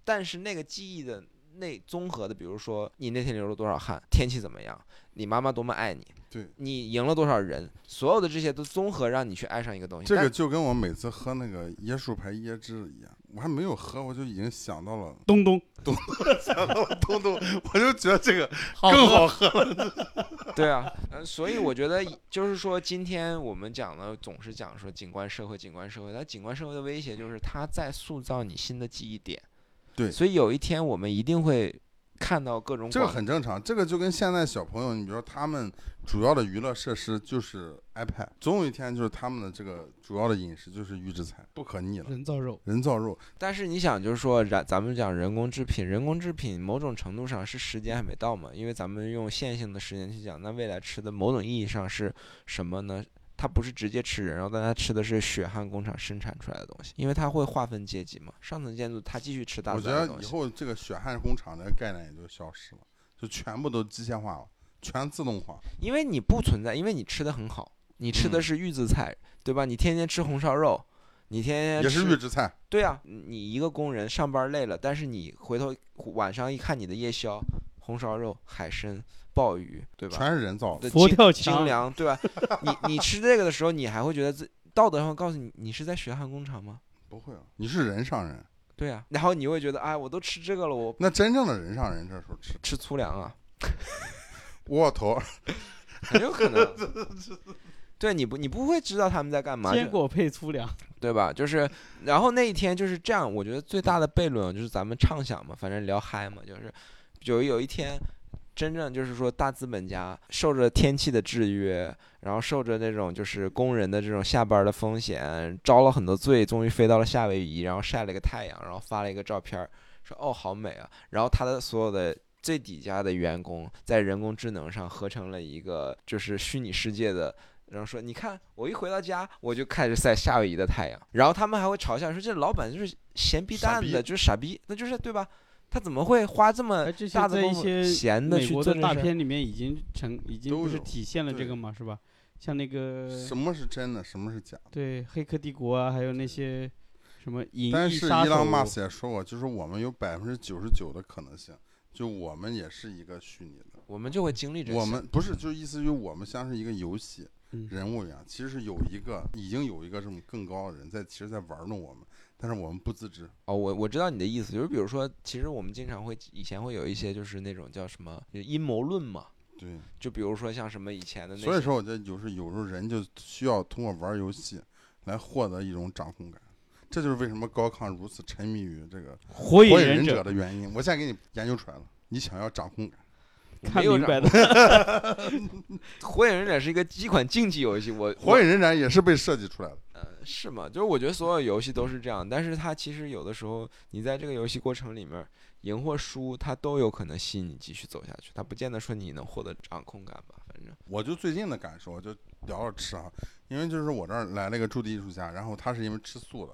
[SPEAKER 3] 但是那个记忆的那综合的，比如说你那天流了多少汗，天气怎么样，你妈妈多么爱你，
[SPEAKER 2] 对，
[SPEAKER 3] 你赢了多少人，所有的这些都综合让你去爱上一个东西。
[SPEAKER 2] 这个
[SPEAKER 3] 但
[SPEAKER 2] 就跟我每次喝那个椰树牌椰汁一样，我还没有喝，我就已经想到 了
[SPEAKER 1] 东东，
[SPEAKER 2] 想到了东东，我就觉得这个
[SPEAKER 1] 好
[SPEAKER 2] 更
[SPEAKER 1] 喝
[SPEAKER 2] 好喝。
[SPEAKER 3] 对啊，呃所以我觉得就是说，今天我们讲的总是讲说景观社会，景观社会，但景观社会的威胁就是它在塑造你新的记忆点。
[SPEAKER 2] 对
[SPEAKER 3] 所以有一天我们一定会看到各 种
[SPEAKER 2] 这个
[SPEAKER 3] 广
[SPEAKER 2] 很正常，这个就跟现在小朋友，你比如说他们主要的娱乐设施就是 iPad，总有一天就是他们的这个主要的饮食就是预制菜，不可逆
[SPEAKER 3] 嗯
[SPEAKER 2] 了，
[SPEAKER 1] 人造肉，
[SPEAKER 2] 人造肉。
[SPEAKER 3] 但是你想，就是说，咱咱们讲人工制品，人工制品某种程度上是时间还没到嘛？因为咱们用线性的时间去讲，那未来吃的某种意义上是什么呢？它不是直接吃人肉，但它吃的是血汗工厂生产出来的东西，因为它会划分阶级嘛，上层建筑它继续吃大
[SPEAKER 2] 我
[SPEAKER 3] 自
[SPEAKER 2] 觉
[SPEAKER 3] 然的
[SPEAKER 2] 得
[SPEAKER 3] 东
[SPEAKER 2] 以
[SPEAKER 3] 西。
[SPEAKER 2] 后这个血汗工厂这个概念也就消失了，就全部都机械化了，全自动化。
[SPEAKER 3] 因为你不存在，因为你吃的很好，你吃的
[SPEAKER 2] 嗯
[SPEAKER 3] 是预制菜，对吧？你天天吃红烧肉，你天天
[SPEAKER 2] 也
[SPEAKER 3] 吃
[SPEAKER 2] 是预制菜，
[SPEAKER 3] 对啊，你一个工人上班累了，但是你回头晚上一看你的夜宵，红烧肉、海参、鲍鱼，对吧？
[SPEAKER 2] 全是人造的。
[SPEAKER 3] 对
[SPEAKER 1] 佛
[SPEAKER 3] 精
[SPEAKER 1] 跳
[SPEAKER 3] 精
[SPEAKER 1] 墙
[SPEAKER 3] 良，对吧？你你吃这个的时候，你还会觉得自道德上会告诉你你是在血汗工厂吗？
[SPEAKER 2] 不会啊，你是人上人，
[SPEAKER 3] 对啊，然后你会觉得，哎，我都吃这个了，我
[SPEAKER 2] 那真正的人上人这时候吃
[SPEAKER 3] 吃粗粮啊，
[SPEAKER 2] 窝头，
[SPEAKER 3] 很有可能。 对，你不你不会知道他们在干嘛，
[SPEAKER 1] 坚
[SPEAKER 3] 就
[SPEAKER 1] 果配粗粮，
[SPEAKER 3] 对吧？就是，然后那一天就是这样，我觉得最大的悖论就是咱们畅想嘛，反正聊嗨嘛，就是有有一天，真正就是说大资本家受着天气的制约，然后受着那种就是工人的这种下班儿的风险，遭了很多罪，终于飞到了夏威夷，然后晒了个太阳，然后发了一个照片儿，说哦好美啊，然后他的所有的。最底下的员工在人工智能上合成了一个就是虚拟世界的然后说：“你看，我一回到家，我就开始晒夏威夷的太阳。”然后他们还会嘲笑说：“这老板就是闲逼
[SPEAKER 2] 傻
[SPEAKER 3] 蛋
[SPEAKER 2] 逼
[SPEAKER 3] 子，就是傻逼，那就是对吧？他怎么会花这么
[SPEAKER 1] 哎这些
[SPEAKER 3] 大的
[SPEAKER 1] 在一
[SPEAKER 3] 功夫
[SPEAKER 1] 些
[SPEAKER 3] 闲的
[SPEAKER 1] 美
[SPEAKER 3] 去
[SPEAKER 1] 国
[SPEAKER 3] 做这
[SPEAKER 1] 的
[SPEAKER 3] 事
[SPEAKER 1] 大
[SPEAKER 3] 儿？
[SPEAKER 1] 片里面已经成已经
[SPEAKER 2] 都
[SPEAKER 1] 不是
[SPEAKER 2] 有
[SPEAKER 1] 体现了这
[SPEAKER 2] 对
[SPEAKER 1] 个嘛，是吧？像那个
[SPEAKER 2] 什么是真的，什么是假的？
[SPEAKER 1] 对《黑客帝国》啊，还有那些什么《银
[SPEAKER 2] 但
[SPEAKER 1] 翼
[SPEAKER 2] 是伊
[SPEAKER 1] 杀手
[SPEAKER 2] 朗马》斯也说过，就是我们有百分之九十九的可能性，就我们也是一个虚拟的，
[SPEAKER 3] 我们就会经历这些。
[SPEAKER 2] 我们不是，就意思于我们像是一个游戏
[SPEAKER 1] 嗯
[SPEAKER 2] 人物一样，其实是有一个已经有一个这么更高的人在，其实在玩弄我们，但是我们不自知。
[SPEAKER 3] 哦，我我知道你的意思，就是比如说，其实我们经常会以前会有一些就是那种叫什么就是阴谋论嘛，
[SPEAKER 2] 对，
[SPEAKER 3] 就比如说像什么以前的那些，
[SPEAKER 2] 所以说我觉得有时有时候人就需要通过玩游戏来获得一种掌控感。这就是为什么高亢如此沉迷于这个
[SPEAKER 1] 《火
[SPEAKER 2] 火
[SPEAKER 1] 影
[SPEAKER 2] 影
[SPEAKER 1] 忍
[SPEAKER 2] 忍
[SPEAKER 1] 者
[SPEAKER 2] 者》的原因。我现在给你研究出来了，你想要掌控感，
[SPEAKER 3] 我
[SPEAKER 1] 看
[SPEAKER 3] 没有
[SPEAKER 1] 明
[SPEAKER 3] 掌
[SPEAKER 1] 白
[SPEAKER 3] 握
[SPEAKER 1] 的。
[SPEAKER 3] 火影忍者是一个一款竞技游戏，我
[SPEAKER 2] 火影忍者也是被设计出来的。
[SPEAKER 3] 呃，是吗？就是我觉得所有游戏都是这样，但是它其实有的时候，你在这个游戏过程里面儿赢或输，它都有可能吸引你继续走下去，它不见得说你能获得掌控感吧，反正。
[SPEAKER 2] 我就最近的感受，就聊聊吃啊，因为就是我这儿来了一个驻地艺术家，然后他是因为吃素的，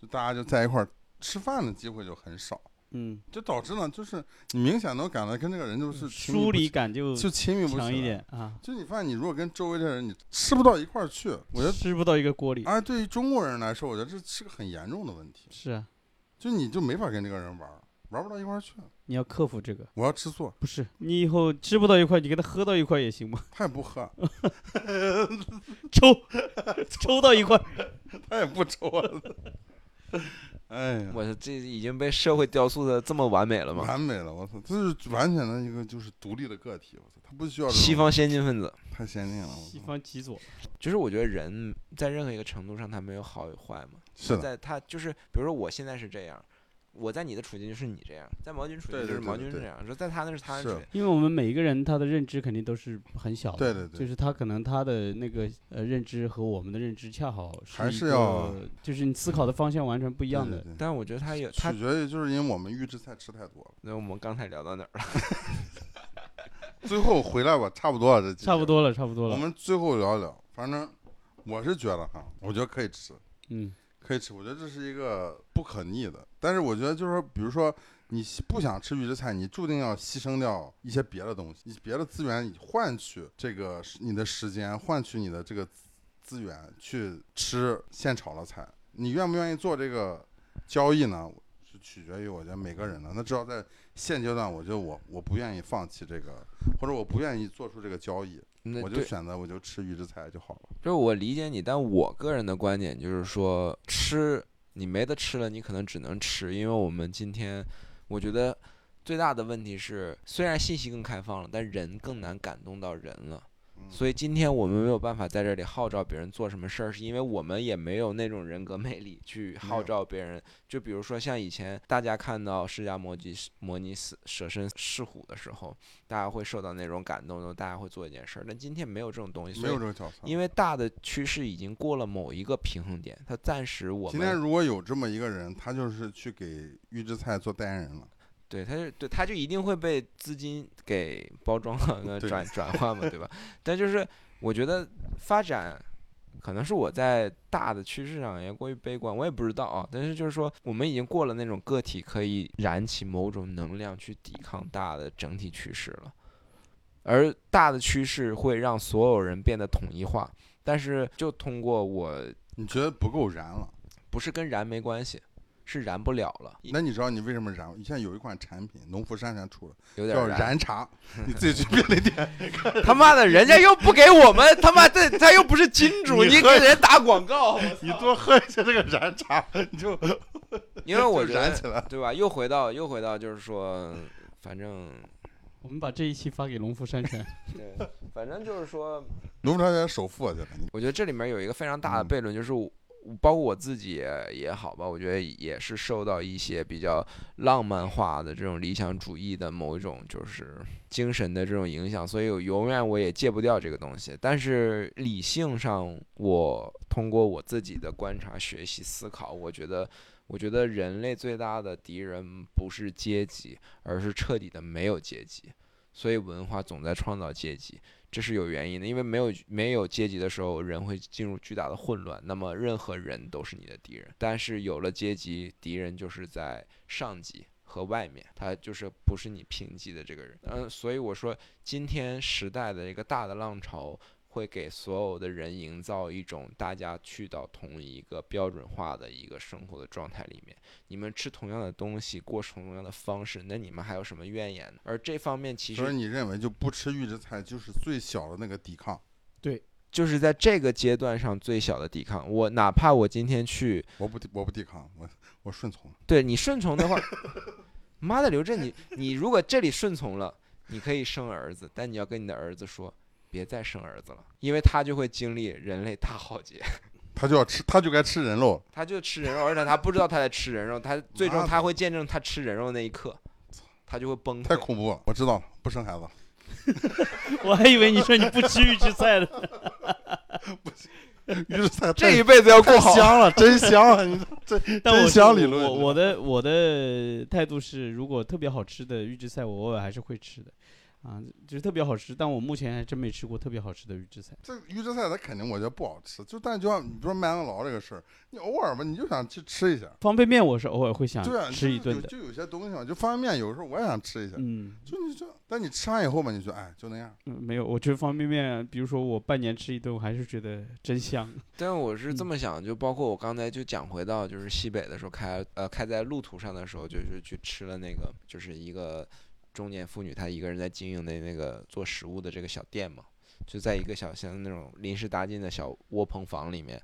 [SPEAKER 2] 就大家就在一块儿吃饭的机会就很少，
[SPEAKER 1] 嗯，
[SPEAKER 2] 就导致呢，就是你明显能感到跟这个人就是亲密
[SPEAKER 1] 疏
[SPEAKER 2] 不
[SPEAKER 1] 离
[SPEAKER 2] 起，
[SPEAKER 1] 感就
[SPEAKER 2] 就亲密不起
[SPEAKER 1] 强一
[SPEAKER 2] 来。
[SPEAKER 1] 点啊，
[SPEAKER 2] 就你发现，你如果跟周围的人你吃不到一块儿去，我觉得
[SPEAKER 1] 吃不到一个锅里。
[SPEAKER 2] 啊，对于中国人来说，我觉得这是个很严重的问题，
[SPEAKER 1] 是啊，
[SPEAKER 2] 就你就没法跟这个人玩儿，玩不到一块儿去。
[SPEAKER 1] 你要克服这个。
[SPEAKER 2] 我要吃素，
[SPEAKER 1] 不是，你以后吃不到一块，你跟他喝到一块也行吗？
[SPEAKER 2] 他也不喝，
[SPEAKER 1] 抽， 抽到一块。
[SPEAKER 2] 他也不抽啊。哎呀，
[SPEAKER 3] 我的这已经被社会雕塑的这么完美了吗？
[SPEAKER 2] 完美了，我操，这是完全的一个就是独立的个体，我操，他不需要这种
[SPEAKER 3] 西方先进分子，
[SPEAKER 2] 太先进了，我
[SPEAKER 1] 西
[SPEAKER 2] 操
[SPEAKER 1] 方极左，
[SPEAKER 3] 就是我觉得人在任何一个程度上，他没有好与坏嘛，
[SPEAKER 2] 是的，
[SPEAKER 3] 在他就是，比如说我现在是这样。我在你的处境就是你这样，在毛军处境
[SPEAKER 2] 对
[SPEAKER 3] 就
[SPEAKER 2] 对
[SPEAKER 3] 是
[SPEAKER 2] 对
[SPEAKER 3] 毛
[SPEAKER 2] 对
[SPEAKER 3] 军
[SPEAKER 2] 对
[SPEAKER 3] 这样，说在他那是他的
[SPEAKER 2] 是
[SPEAKER 3] 处境，
[SPEAKER 1] 因为我们每一个人他的认知肯定都是很小的，
[SPEAKER 2] 对对
[SPEAKER 1] 就
[SPEAKER 2] 对，
[SPEAKER 1] 是他可能他的那个呃认知和我们的认知恰好
[SPEAKER 2] 还
[SPEAKER 1] 一
[SPEAKER 2] 是
[SPEAKER 1] 个
[SPEAKER 2] 要
[SPEAKER 1] 就是你思考的方向完全不一
[SPEAKER 2] 一
[SPEAKER 1] 样的。
[SPEAKER 2] 对对
[SPEAKER 3] 但我觉得他有他
[SPEAKER 2] 取，决于就是因为我们预制菜吃太多了，
[SPEAKER 3] 那我们刚才聊到哪儿了？
[SPEAKER 2] 最后回来吧，差不多了，这
[SPEAKER 1] 差不，多了，差不多
[SPEAKER 2] 我
[SPEAKER 1] 了。
[SPEAKER 2] 们最后聊一聊，反正我是觉得哈，我觉得可以吃，
[SPEAKER 1] 嗯，
[SPEAKER 2] 可以吃，我觉得这是一个不可逆的，但是我觉得就是说，比如说。你不想吃预制菜，你注定要牺牲掉一些别的东西，你别的资源，你换取这个时你的时间，换取你的这个资源去吃现炒的菜。你愿不愿意做这个交易呢？是取决于我觉得每个人的。那至少在现阶段，我觉得我我不愿意放弃这个，或者我不愿意做出这个交易，
[SPEAKER 3] 那
[SPEAKER 2] 我就
[SPEAKER 3] 对
[SPEAKER 2] 选择我就吃预制菜就好了。
[SPEAKER 3] 就是我理解你，但我个人的观点就是说，吃你没得吃了，你可能只能吃，因为我们今天，我觉得最大的问题是，虽然信息更开放了，但人更难感动到人了。
[SPEAKER 2] 嗯，
[SPEAKER 3] 所以今天我们没有办法在这里号召别人做什么事儿，是因为我们也没有那种人格魅力去
[SPEAKER 2] 没有
[SPEAKER 3] 号召别人。就比如说像以前大家看到释迦摩尼摩尼死舍身弑虎的时候，大家会受到那种感动，然后大家会做一件事儿。但今天没有这种东西，
[SPEAKER 2] 没
[SPEAKER 3] 所
[SPEAKER 2] 有
[SPEAKER 3] 以
[SPEAKER 2] 这个角色。
[SPEAKER 3] 因为大的趋势已经过了某一个平衡点，它暂时我
[SPEAKER 2] 今天
[SPEAKER 3] 们
[SPEAKER 2] 如果有这么一个人，他就是去给预制菜做代言人了。
[SPEAKER 3] 对它是对它就一定会被资金给包装和那
[SPEAKER 2] 对
[SPEAKER 3] 转转换嘛，对吧？ 但就是我觉得发展。可能是我在大的趋势上也过于悲观，我也不知道啊。但是就是说，我们已经过了那种个体可以燃起某种能量去抵抗大的整体趋势了，而大的趋势会让所有人变得统一化。但是就通过我
[SPEAKER 2] 你觉得不够燃了？
[SPEAKER 3] 不是跟燃没关系，是燃不了了，
[SPEAKER 2] 那你知道你为什么燃？现在有一款产品，农夫山泉出了，
[SPEAKER 3] 有点
[SPEAKER 2] 叫
[SPEAKER 3] 燃。
[SPEAKER 2] 燃茶，你自己去便利店。
[SPEAKER 3] 他妈的，人家又不给我们，他妈的，他又不是金 主，
[SPEAKER 2] 你
[SPEAKER 3] 你
[SPEAKER 2] 喝
[SPEAKER 3] 给人打广告，
[SPEAKER 2] 你多喝一些这个燃茶，你就
[SPEAKER 3] 因为我
[SPEAKER 2] 就
[SPEAKER 3] 觉
[SPEAKER 2] 燃起
[SPEAKER 3] 得，
[SPEAKER 2] 来。
[SPEAKER 3] 对吧？又回到又回到，就是说，反正，
[SPEAKER 1] 我们把这一期发给农夫山 泉。
[SPEAKER 3] 对，反正就是说，
[SPEAKER 2] 农夫山泉首富啊，现在你
[SPEAKER 3] 我觉得这里面有一个非常大的
[SPEAKER 2] 嗯
[SPEAKER 3] 悖论，就是我包括我自己也也好吧，我觉得也是受到一些比较浪漫化的这种理想主义的某一种就是精神的这种影响，所以我永远我也戒不掉这个东西。但是理性上，我通过我自己的观察、学习、思考，我觉得。我觉得人类最大的敌人不是阶级，而是彻底的没有阶级，所以文化总在创造阶级。这是有原因的，因为没有没有阶级的时候，人会进入巨大的混乱。那么任何人都是你的敌人，但是有了阶级，敌人就是在上级和外面，他就是不是你平级的这个人。嗯，所以我说，今天时代的一个大的浪潮。会给所有的人营造一种大家去到同一个标准化的一个生活的状态里面，你们吃同样的东西，过同样的方式，那你们还有什么怨言呢？而这方面其实
[SPEAKER 2] 所以你认为就不吃预制菜就是最小的那个抵抗？
[SPEAKER 3] 就是在这个阶段上最小的抵抗。我哪怕我今天去，
[SPEAKER 2] 我不抵我不抵抗，我我顺从。
[SPEAKER 3] 对你顺从 的话，妈的刘震，你你如果这里顺从了，你可以生儿子，但你要跟你的儿子说，别再生儿子了，因为他就会经历人类大浩劫，
[SPEAKER 2] 他就要吃，他就该吃人肉。
[SPEAKER 3] 他就吃人肉，而且他不知道他在吃人肉，他最
[SPEAKER 2] 妈
[SPEAKER 3] 终
[SPEAKER 2] 的
[SPEAKER 3] 他会见证他吃人肉那一刻，他就会崩
[SPEAKER 2] 太
[SPEAKER 3] 溃。
[SPEAKER 2] 恐怖了！我知道了，不生 孩子了。
[SPEAKER 1] 我还以为你说你不吃预制菜 呢。
[SPEAKER 2] 预制菜
[SPEAKER 3] 这
[SPEAKER 2] 太
[SPEAKER 3] 一辈子要过
[SPEAKER 2] 太
[SPEAKER 3] 好，
[SPEAKER 2] 香了，真香了！你这
[SPEAKER 1] 但
[SPEAKER 2] 真
[SPEAKER 1] 我
[SPEAKER 2] 香
[SPEAKER 1] 是
[SPEAKER 2] 理
[SPEAKER 1] 我
[SPEAKER 2] 论
[SPEAKER 1] 我的我的态度是，如果特别好吃的预制菜，我偶尔还是会吃的，啊，就是特别好吃，但我目前还真没吃过特别好吃的预制菜。
[SPEAKER 2] 这预制菜它肯定我觉得不好吃，就但就像你比如说麦当劳这个事儿，你偶尔吧，你就想去吃一下。
[SPEAKER 1] 方便面我是偶尔会想
[SPEAKER 2] 对啊，
[SPEAKER 1] 吃一
[SPEAKER 2] 就
[SPEAKER 1] 顿
[SPEAKER 2] 是有
[SPEAKER 1] 的，
[SPEAKER 2] 就有些东西嘛，就方便面，有时候我也想吃一下。
[SPEAKER 1] 嗯，
[SPEAKER 2] 就你就，但你吃完以后吧，你就哎，就那样。
[SPEAKER 1] 嗯没有，我觉得方便面，比如说我半年吃一顿，我还是觉得真香。
[SPEAKER 3] 但我是这
[SPEAKER 1] 嗯
[SPEAKER 3] 么想，就包括我刚才就讲回到就是西北的时候开呃开在路途上的时候，就是去吃了那个就是一个中年妇女她一个人在经营的那个做食物的这个小店嘛，就在一个小像那种临时搭建的小窝棚房里面，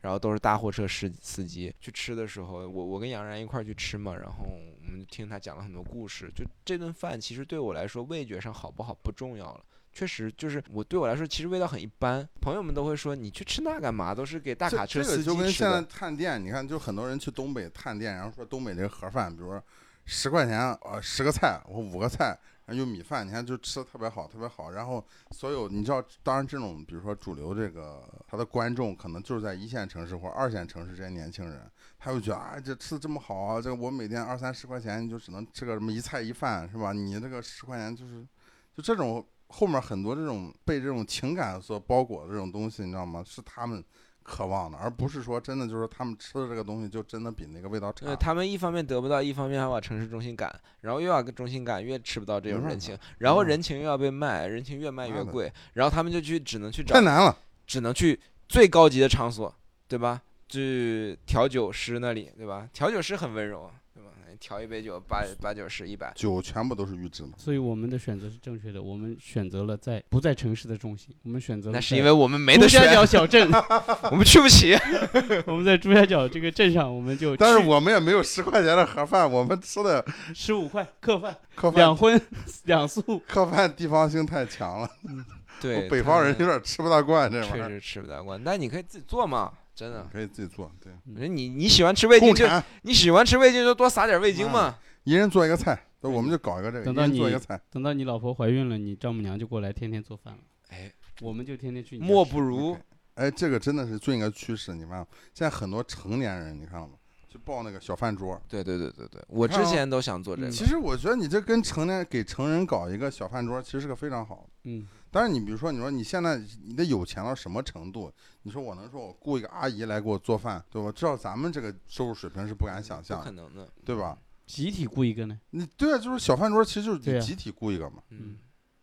[SPEAKER 3] 然后都是大货车司司机去吃的时候，我我跟杨然一块儿去吃嘛，然后我们听他讲了很多故事，就这顿饭其实对我来说味觉上好不好不重要了。确实，就是我对我来说，其实味道很一般。朋友们都会说，你去吃那干嘛？都是给大
[SPEAKER 2] 这
[SPEAKER 3] 卡车
[SPEAKER 2] 这
[SPEAKER 3] 司
[SPEAKER 2] 个就
[SPEAKER 3] 机
[SPEAKER 2] 跟
[SPEAKER 3] 吃
[SPEAKER 2] 现在
[SPEAKER 3] 的。
[SPEAKER 2] 探店，你看，就很多人去东北探店，然后说东北这个盒饭，比如说十块钱，呃，十个菜，我五个菜，然后有米饭，你看就吃的特别好，特别好。然后所有你知道，当然这种比如说主流这个他的观众，可能就是在一线城市或二线城市这些年轻人，他会觉得啊、这吃的这么好啊，这个我每天二三十块钱，你就只能吃个什么一菜一饭是吧？你这个十块钱就是就这种。后面很多这种被这种情感所包裹的这种东西，你知道吗？是他们渴望的，而不是说真的就是他们吃的这个东西就真的比那个味道差。
[SPEAKER 3] 对他们一方面得不到，一方面还往城市中心赶，然后越往中心赶越吃不到这
[SPEAKER 2] 没
[SPEAKER 3] 种
[SPEAKER 2] 办
[SPEAKER 3] 人
[SPEAKER 2] 法
[SPEAKER 3] 情，然后
[SPEAKER 2] 嗯
[SPEAKER 3] 人情又要被卖，人情越卖
[SPEAKER 2] 妈
[SPEAKER 3] 越
[SPEAKER 2] 的
[SPEAKER 3] 贵，然后他们就去只能去找
[SPEAKER 2] 太难了，
[SPEAKER 3] 只能去最高级的场所，对吧？去调酒师那里，对吧？调酒师很温柔，对吧？调一杯酒八八九十一百，
[SPEAKER 2] 酒全部都是预制的。
[SPEAKER 1] 所以我们的选择是正确的，我们选择了在不在城市的中心，我们选择了
[SPEAKER 3] 那是因
[SPEAKER 1] 在
[SPEAKER 3] 为我们没
[SPEAKER 1] 珠
[SPEAKER 3] 得
[SPEAKER 1] 三
[SPEAKER 3] 选，
[SPEAKER 1] 角小镇，
[SPEAKER 3] 我们去不 起。
[SPEAKER 1] 我们在珠三角这个镇上，我们就
[SPEAKER 2] 但是我们也没有十块钱的盒饭，我们吃的
[SPEAKER 1] 十五块客饭
[SPEAKER 2] 客饭
[SPEAKER 1] 两荤两素，
[SPEAKER 2] 客饭地方性太强了。
[SPEAKER 3] 对，
[SPEAKER 2] 北方人
[SPEAKER 3] 他
[SPEAKER 2] 有点吃不大惯这玩意
[SPEAKER 3] 确
[SPEAKER 2] 儿，
[SPEAKER 3] 实吃不大惯，但你可以自己做嘛，真的
[SPEAKER 2] 你。可以自己做。对，
[SPEAKER 3] 我觉得你你喜欢吃味
[SPEAKER 2] 嗯
[SPEAKER 3] 精
[SPEAKER 2] 共
[SPEAKER 3] 就
[SPEAKER 2] 产
[SPEAKER 3] 你喜欢吃味精就多撒点味精嘛，
[SPEAKER 2] 一人做一个菜，那我们就搞一个这个，
[SPEAKER 1] 等
[SPEAKER 2] 一
[SPEAKER 1] 到
[SPEAKER 2] 人做一
[SPEAKER 1] 你
[SPEAKER 2] 个菜。
[SPEAKER 1] 等到你老婆怀孕了，你丈母娘就过来天天做饭了，
[SPEAKER 3] 哎，
[SPEAKER 1] 我们就天天去你家
[SPEAKER 3] 莫
[SPEAKER 1] 吃
[SPEAKER 3] 不如
[SPEAKER 2] OK 哎，这个真的是最应该趋势，你发现吗现在很多成年人，你看了吗？去报那个小饭桌。
[SPEAKER 3] 对对对对对，我
[SPEAKER 2] 看
[SPEAKER 3] 之
[SPEAKER 2] 啊
[SPEAKER 3] 前都想做这个，
[SPEAKER 2] 其实我觉得你这跟成年给成人搞一个小饭桌，其实是个非常好的。
[SPEAKER 1] 嗯，
[SPEAKER 2] 但是你比如说，你说你现在你得有钱到什么程度？你说我能说我雇一个阿姨来给我做饭，对吧？至少咱们这个收入水平是不敢想象
[SPEAKER 3] 不可
[SPEAKER 2] 的，
[SPEAKER 3] 能的，
[SPEAKER 2] 对吧？
[SPEAKER 1] 集体雇一个呢。
[SPEAKER 2] 你对啊，就是小饭桌，其实就
[SPEAKER 1] 对
[SPEAKER 2] 是
[SPEAKER 1] 啊
[SPEAKER 2] 集体雇一个嘛。
[SPEAKER 3] 嗯
[SPEAKER 1] 嗯，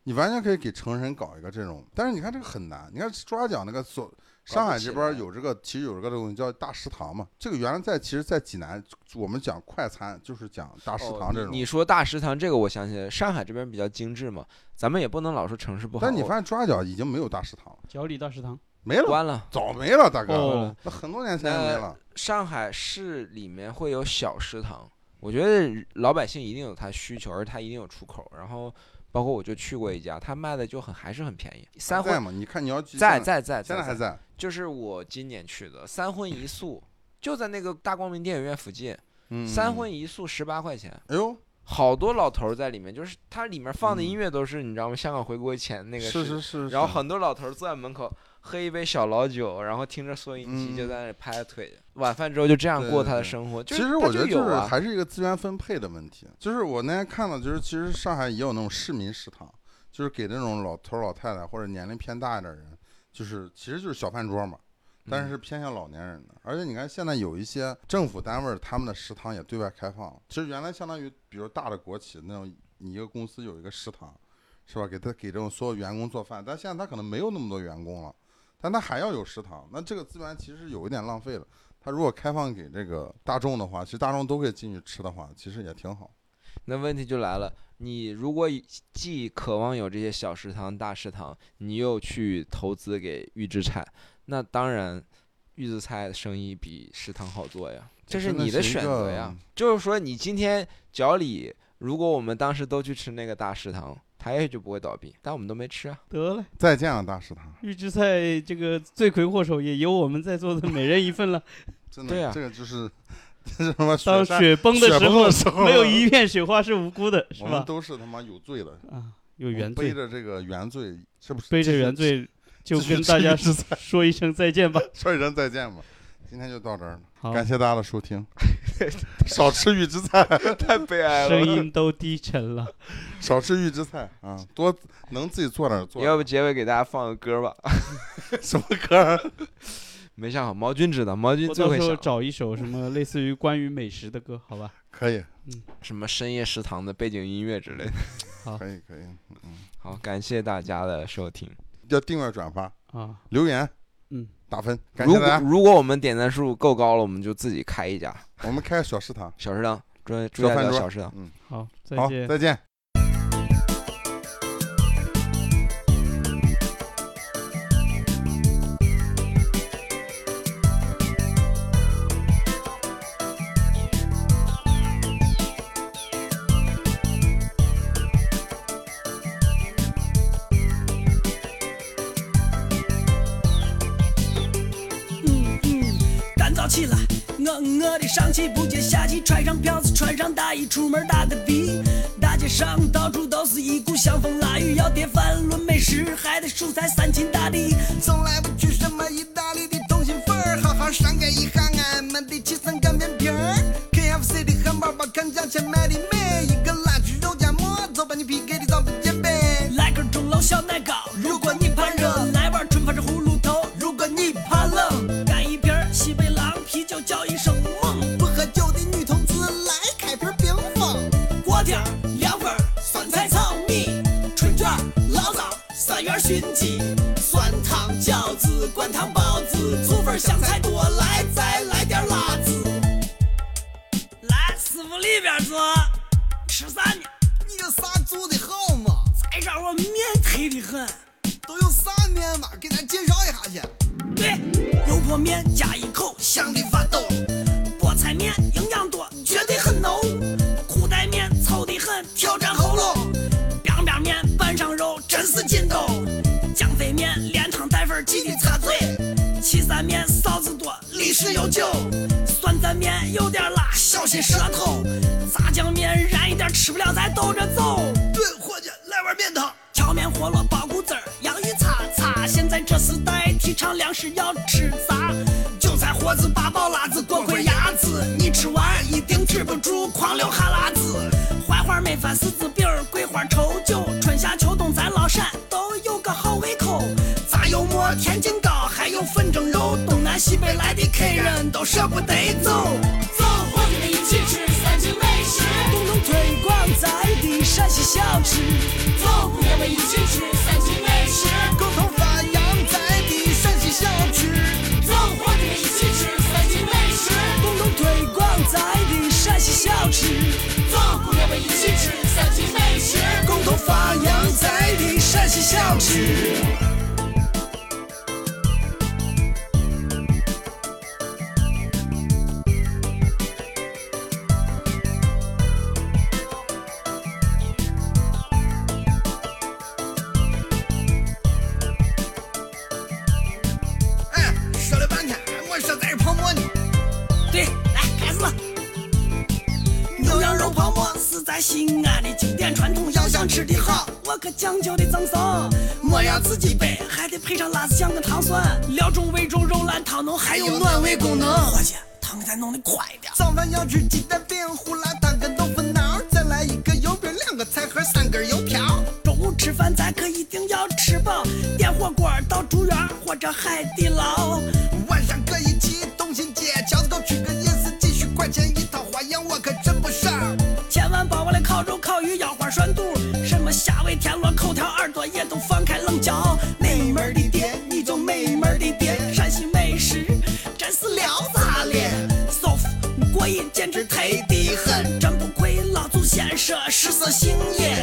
[SPEAKER 2] 你完全可以给成人搞一个这种，但是你看这个很难。你看抓奖那个所上海这边儿有这个，其实有这个东西叫大食堂嘛。这个原来在其实，在济南我们讲快餐就是讲大食堂这
[SPEAKER 3] 哦
[SPEAKER 2] 种。
[SPEAKER 3] 你你说大食堂这个，我想起来，上海这边比较精致嘛，咱们也不能老说城市不好。
[SPEAKER 2] 但你发现抓脚已经没有大食堂了，
[SPEAKER 1] 脚里大食堂，
[SPEAKER 2] 没了，
[SPEAKER 3] 关了。
[SPEAKER 2] 早没了，大哥，
[SPEAKER 1] 哦，
[SPEAKER 2] 那很多年前就没了。
[SPEAKER 3] 上海市里面会有小食堂，我觉得老百姓一定有他需求，而他一定有出口。然后包括我就去过一家，他卖的就很还是很便宜，三
[SPEAKER 2] 啊还在
[SPEAKER 3] 荤
[SPEAKER 2] 吗？你看你要去
[SPEAKER 3] 在
[SPEAKER 2] 现在
[SPEAKER 3] 在
[SPEAKER 2] 现
[SPEAKER 3] 在
[SPEAKER 2] 在还，在，
[SPEAKER 3] 就是我今年去的三荤一素，就在那个大光明电影院附近，
[SPEAKER 2] 嗯，
[SPEAKER 3] 三荤。一素十八块钱。
[SPEAKER 2] 哎呦，
[SPEAKER 3] 好多老头儿在里面，就是它里面放的音
[SPEAKER 2] 嗯
[SPEAKER 3] 乐都是你知道吗？香港回归前那个
[SPEAKER 2] 是
[SPEAKER 3] 时
[SPEAKER 2] 是是，
[SPEAKER 3] 然后
[SPEAKER 2] 是
[SPEAKER 3] 很多老头儿坐在门口喝一杯小老酒，然后听着收音机
[SPEAKER 2] 嗯
[SPEAKER 3] 就在那里拍腿。晚饭之后就这样
[SPEAKER 2] 对
[SPEAKER 3] 过
[SPEAKER 2] 对
[SPEAKER 3] 他的
[SPEAKER 2] 对
[SPEAKER 3] 生活。就
[SPEAKER 2] 其
[SPEAKER 3] 是
[SPEAKER 2] 实
[SPEAKER 3] 他
[SPEAKER 2] 我觉得
[SPEAKER 3] 有
[SPEAKER 2] 就是
[SPEAKER 3] 啊，
[SPEAKER 2] 还是一个资源分配的问题。就是我那天看到，就是其实上海也有那种市民食堂，就是给那种老头儿老太太或者年龄偏大一点儿人，就是其实就是小饭桌嘛，
[SPEAKER 3] 嗯
[SPEAKER 2] 但是是偏向老年人的。而且你看现在有一些政府单位儿他们的食堂也对外开放了，其实原来相当于比如大的国企那种，你一个公司有一个食堂，是吧？给他给这种所有员工做饭，但现在他可能没有那么多员工了。但他还要有食堂，那这个资源其实有一点浪费了。他如果开放给这个大众的话，其实大众都可以进去吃的话，其实也挺好。
[SPEAKER 3] 那问题就来了，你如果以既渴望有这些小食堂、大食堂，你又去投资给预制菜，那当然，预制菜的生意比食堂好做呀，
[SPEAKER 2] 这
[SPEAKER 3] 这是
[SPEAKER 2] 真的
[SPEAKER 3] 你的
[SPEAKER 2] 是一
[SPEAKER 3] 选择呀
[SPEAKER 2] 个。
[SPEAKER 3] 就是说，你今天脚里，如果我们当时都去吃那个大食堂，它也就不会倒闭，但我们都没吃啊。
[SPEAKER 1] 得嘞，
[SPEAKER 2] 再见了，啊大食堂，
[SPEAKER 1] 预制菜这个罪魁祸首也有我们在座的每人一份了。
[SPEAKER 2] 真的，
[SPEAKER 3] 对啊呀
[SPEAKER 2] 这个就是， 这是什么雪
[SPEAKER 1] 当
[SPEAKER 2] 山
[SPEAKER 1] 雪崩的时
[SPEAKER 2] 雪崩
[SPEAKER 1] 候
[SPEAKER 2] 的，时候，
[SPEAKER 1] 没有一片雪花是无辜的，是
[SPEAKER 2] 我们
[SPEAKER 1] 吧？
[SPEAKER 2] 都是他妈有罪的，
[SPEAKER 1] 啊，有
[SPEAKER 2] 我
[SPEAKER 1] 原罪，
[SPEAKER 2] 背着这个原罪，是不是
[SPEAKER 1] 背着原，罪，就
[SPEAKER 2] 继续
[SPEAKER 1] 跟大家
[SPEAKER 2] 继
[SPEAKER 1] 说
[SPEAKER 2] 续吃菜
[SPEAKER 1] 说一声再见吧。
[SPEAKER 2] 说一声再见吧。今天就到这儿了，
[SPEAKER 1] 好，
[SPEAKER 2] 感谢大家的收听， 少吃预制菜，
[SPEAKER 3] 太悲哀
[SPEAKER 1] 声
[SPEAKER 3] 了。
[SPEAKER 1] 音都低沉 了。
[SPEAKER 2] 少吃预制菜啊，多能自己做点儿做点
[SPEAKER 3] 要
[SPEAKER 2] 儿。
[SPEAKER 3] 不结尾给大家放个歌吧？
[SPEAKER 2] 什么歌儿？
[SPEAKER 3] 没想好，毛军知道，毛军
[SPEAKER 1] 我
[SPEAKER 3] 最
[SPEAKER 1] 到
[SPEAKER 3] 会
[SPEAKER 1] 时候
[SPEAKER 3] 想
[SPEAKER 1] 找一首什么类似于关于美食的歌，好吧？
[SPEAKER 2] 可以，
[SPEAKER 3] 什么深夜食堂的背景音乐之类的。
[SPEAKER 2] 可以，可以，嗯，
[SPEAKER 3] 好，感谢大家的收听。
[SPEAKER 2] 要订阅、转发、
[SPEAKER 1] 啊，
[SPEAKER 2] 留言，
[SPEAKER 1] 嗯，
[SPEAKER 2] 打分，感
[SPEAKER 3] 如
[SPEAKER 2] 谢
[SPEAKER 3] 果
[SPEAKER 2] 大家。
[SPEAKER 3] 如果我们点赞数够高了，我们就自己开一家
[SPEAKER 2] 我们开个小食堂。
[SPEAKER 3] 小食堂，专
[SPEAKER 2] 小
[SPEAKER 3] 专家
[SPEAKER 2] 饭
[SPEAKER 3] 叫
[SPEAKER 2] 桌
[SPEAKER 3] 小食堂。
[SPEAKER 2] 嗯，
[SPEAKER 1] 好，再
[SPEAKER 2] 好，
[SPEAKER 1] 见。
[SPEAKER 2] 再见。
[SPEAKER 4] 嗯嗯，干燥起来，我我的上气不接下气，穿上票子，穿上大衣，出门打个的。大街上到处都是一股香风腊雨，要叠饭论美食，还得蔬菜三秦大地。
[SPEAKER 5] 从来不去什么意大利的通心粉儿，好好伤感一下俺们的七三擀面皮儿。KFC 的汉堡包看价钱买的美，一个辣汁肉夹馍就把你 PK 的早不见呗。
[SPEAKER 4] 来根钟楼小奶糕，如果你怕热，来碗春发至葫芦头，如果你怕冷，干一瓶儿西北狼啤酒叫一声猛，
[SPEAKER 5] 不喝酒的女同志来开瓶冰峰，
[SPEAKER 4] 锅底儿凉粉儿酸菜炒米，春卷儿醪糟三元熏鸡，酸汤饺子灌汤包子，醋粉儿香菜多来，再来点儿辣子。来，师傅里边坐，吃啥呢？
[SPEAKER 5] 你有啥做的好嘛？
[SPEAKER 4] 再让我面忒的很。
[SPEAKER 5] 都有啥面嘛？给咱介绍一下去。
[SPEAKER 4] 对，油泼面加一口，香的发抖；菠菜面营养多，绝对很浓；裤带面臭的很，挑战喉咙；biang biang 面拌上肉，真是劲头；姜记得擦嘴。岐山面臊子多，历史悠久；酸蘸面有点辣，小心舌头；炸酱面燃一点，吃不了咱兜着走。
[SPEAKER 5] 炖伙计来碗面汤，
[SPEAKER 4] 荞面、饸饹、苞谷汁儿、洋芋擦擦。现在这时代提倡粮食要吃杂，韭菜、盒子、八宝辣子、锅盔、鸭子，你吃完一定止不住狂流哈喇子。槐花梅饭、柿子饼儿、桂花稠酒，春夏秋冬咱老陕都有个好胃口。炸油馍、天津糕，还有粉蒸肉，东南西北来的客人都舍不得走。
[SPEAKER 6] 走，伙计们一起吃三秦美食。
[SPEAKER 4] 共同推广咱的陕西小吃，
[SPEAKER 6] 走，姑娘们一起吃三秦美食。
[SPEAKER 5] 共同发扬咱的陕西小吃。
[SPEAKER 6] 走，伙计们一起吃三秦美食。
[SPEAKER 4] 共同推广咱的陕西小吃，
[SPEAKER 6] 走，姑娘们一起吃三秦美食。
[SPEAKER 4] 共同发扬咱的陕西小吃。
[SPEAKER 5] 哎，说了半天，我说咱是泡馍呢。
[SPEAKER 4] 对，来开始吧。牛羊肉泡馍是咱西安的经典传统，要想吃得好，我可讲究的赠送。馍要自己备，还得配上辣子酱跟糖蒜，料中味中肉烂汤浓，还有暖胃功能。伙计，汤给咱弄得快一点。
[SPEAKER 5] 早饭要吃鸡蛋饼、胡辣汤跟豆腐脑，再来一个油饼、两个菜盒、三根油条。
[SPEAKER 4] 中午吃饭咱可一定要吃饱，点火锅到竹园或者海底捞。
[SPEAKER 5] 晚上可以去东新街、桥子口去个夜市，几十块钱一套花样，我可真不少。
[SPEAKER 4] 千万别忘了烤肉、烤鱼、腰花、涮肚，什么虾尾、田螺、口条、耳朵也都放开冷嚼。美门儿的店，你就美门儿的店，陕西美食真是聊炸了，soft 过瘾，简直忒的很，真不愧老祖先说食色性也。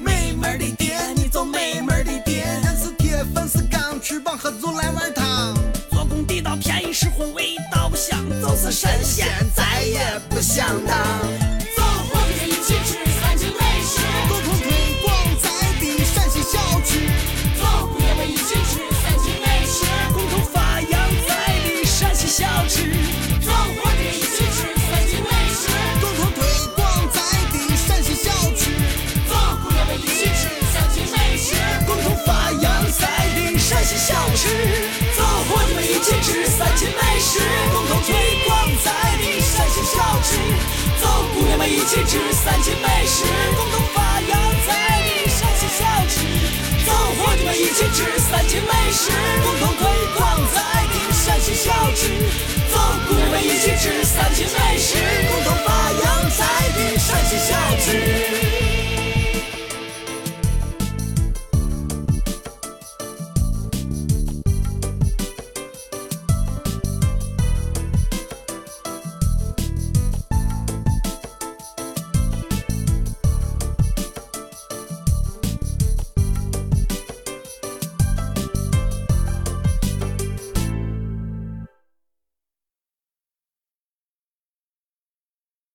[SPEAKER 4] 美门儿的店，你就美门儿的店，
[SPEAKER 5] 人是铁，饭是钢，吃饱喝足来碗汤。
[SPEAKER 4] 做工地道，便宜实惠，味道不香，就是神仙，咱也不想当。
[SPEAKER 6] 走，伙计们一起吃三秦美食。
[SPEAKER 5] 共同推广咱的陕西小吃，
[SPEAKER 6] 走，姑娘们一起吃三秦美食。
[SPEAKER 4] 共同发扬咱的陕西小吃，
[SPEAKER 6] 走，伙计们一起吃三秦美食。
[SPEAKER 5] 共同推广咱的陕西小吃，
[SPEAKER 6] 走，姑娘们一起吃三秦美食。
[SPEAKER 4] 共同发扬咱的陕西小吃，走，伙计们一起吃三秦美食，共同推广咱的陕西小吃，走，姑娘们一起吃三秦美食，共同发扬咱的陕西小吃，走，伙计们一起吃三秦美食，共同推广咱的陕西小吃。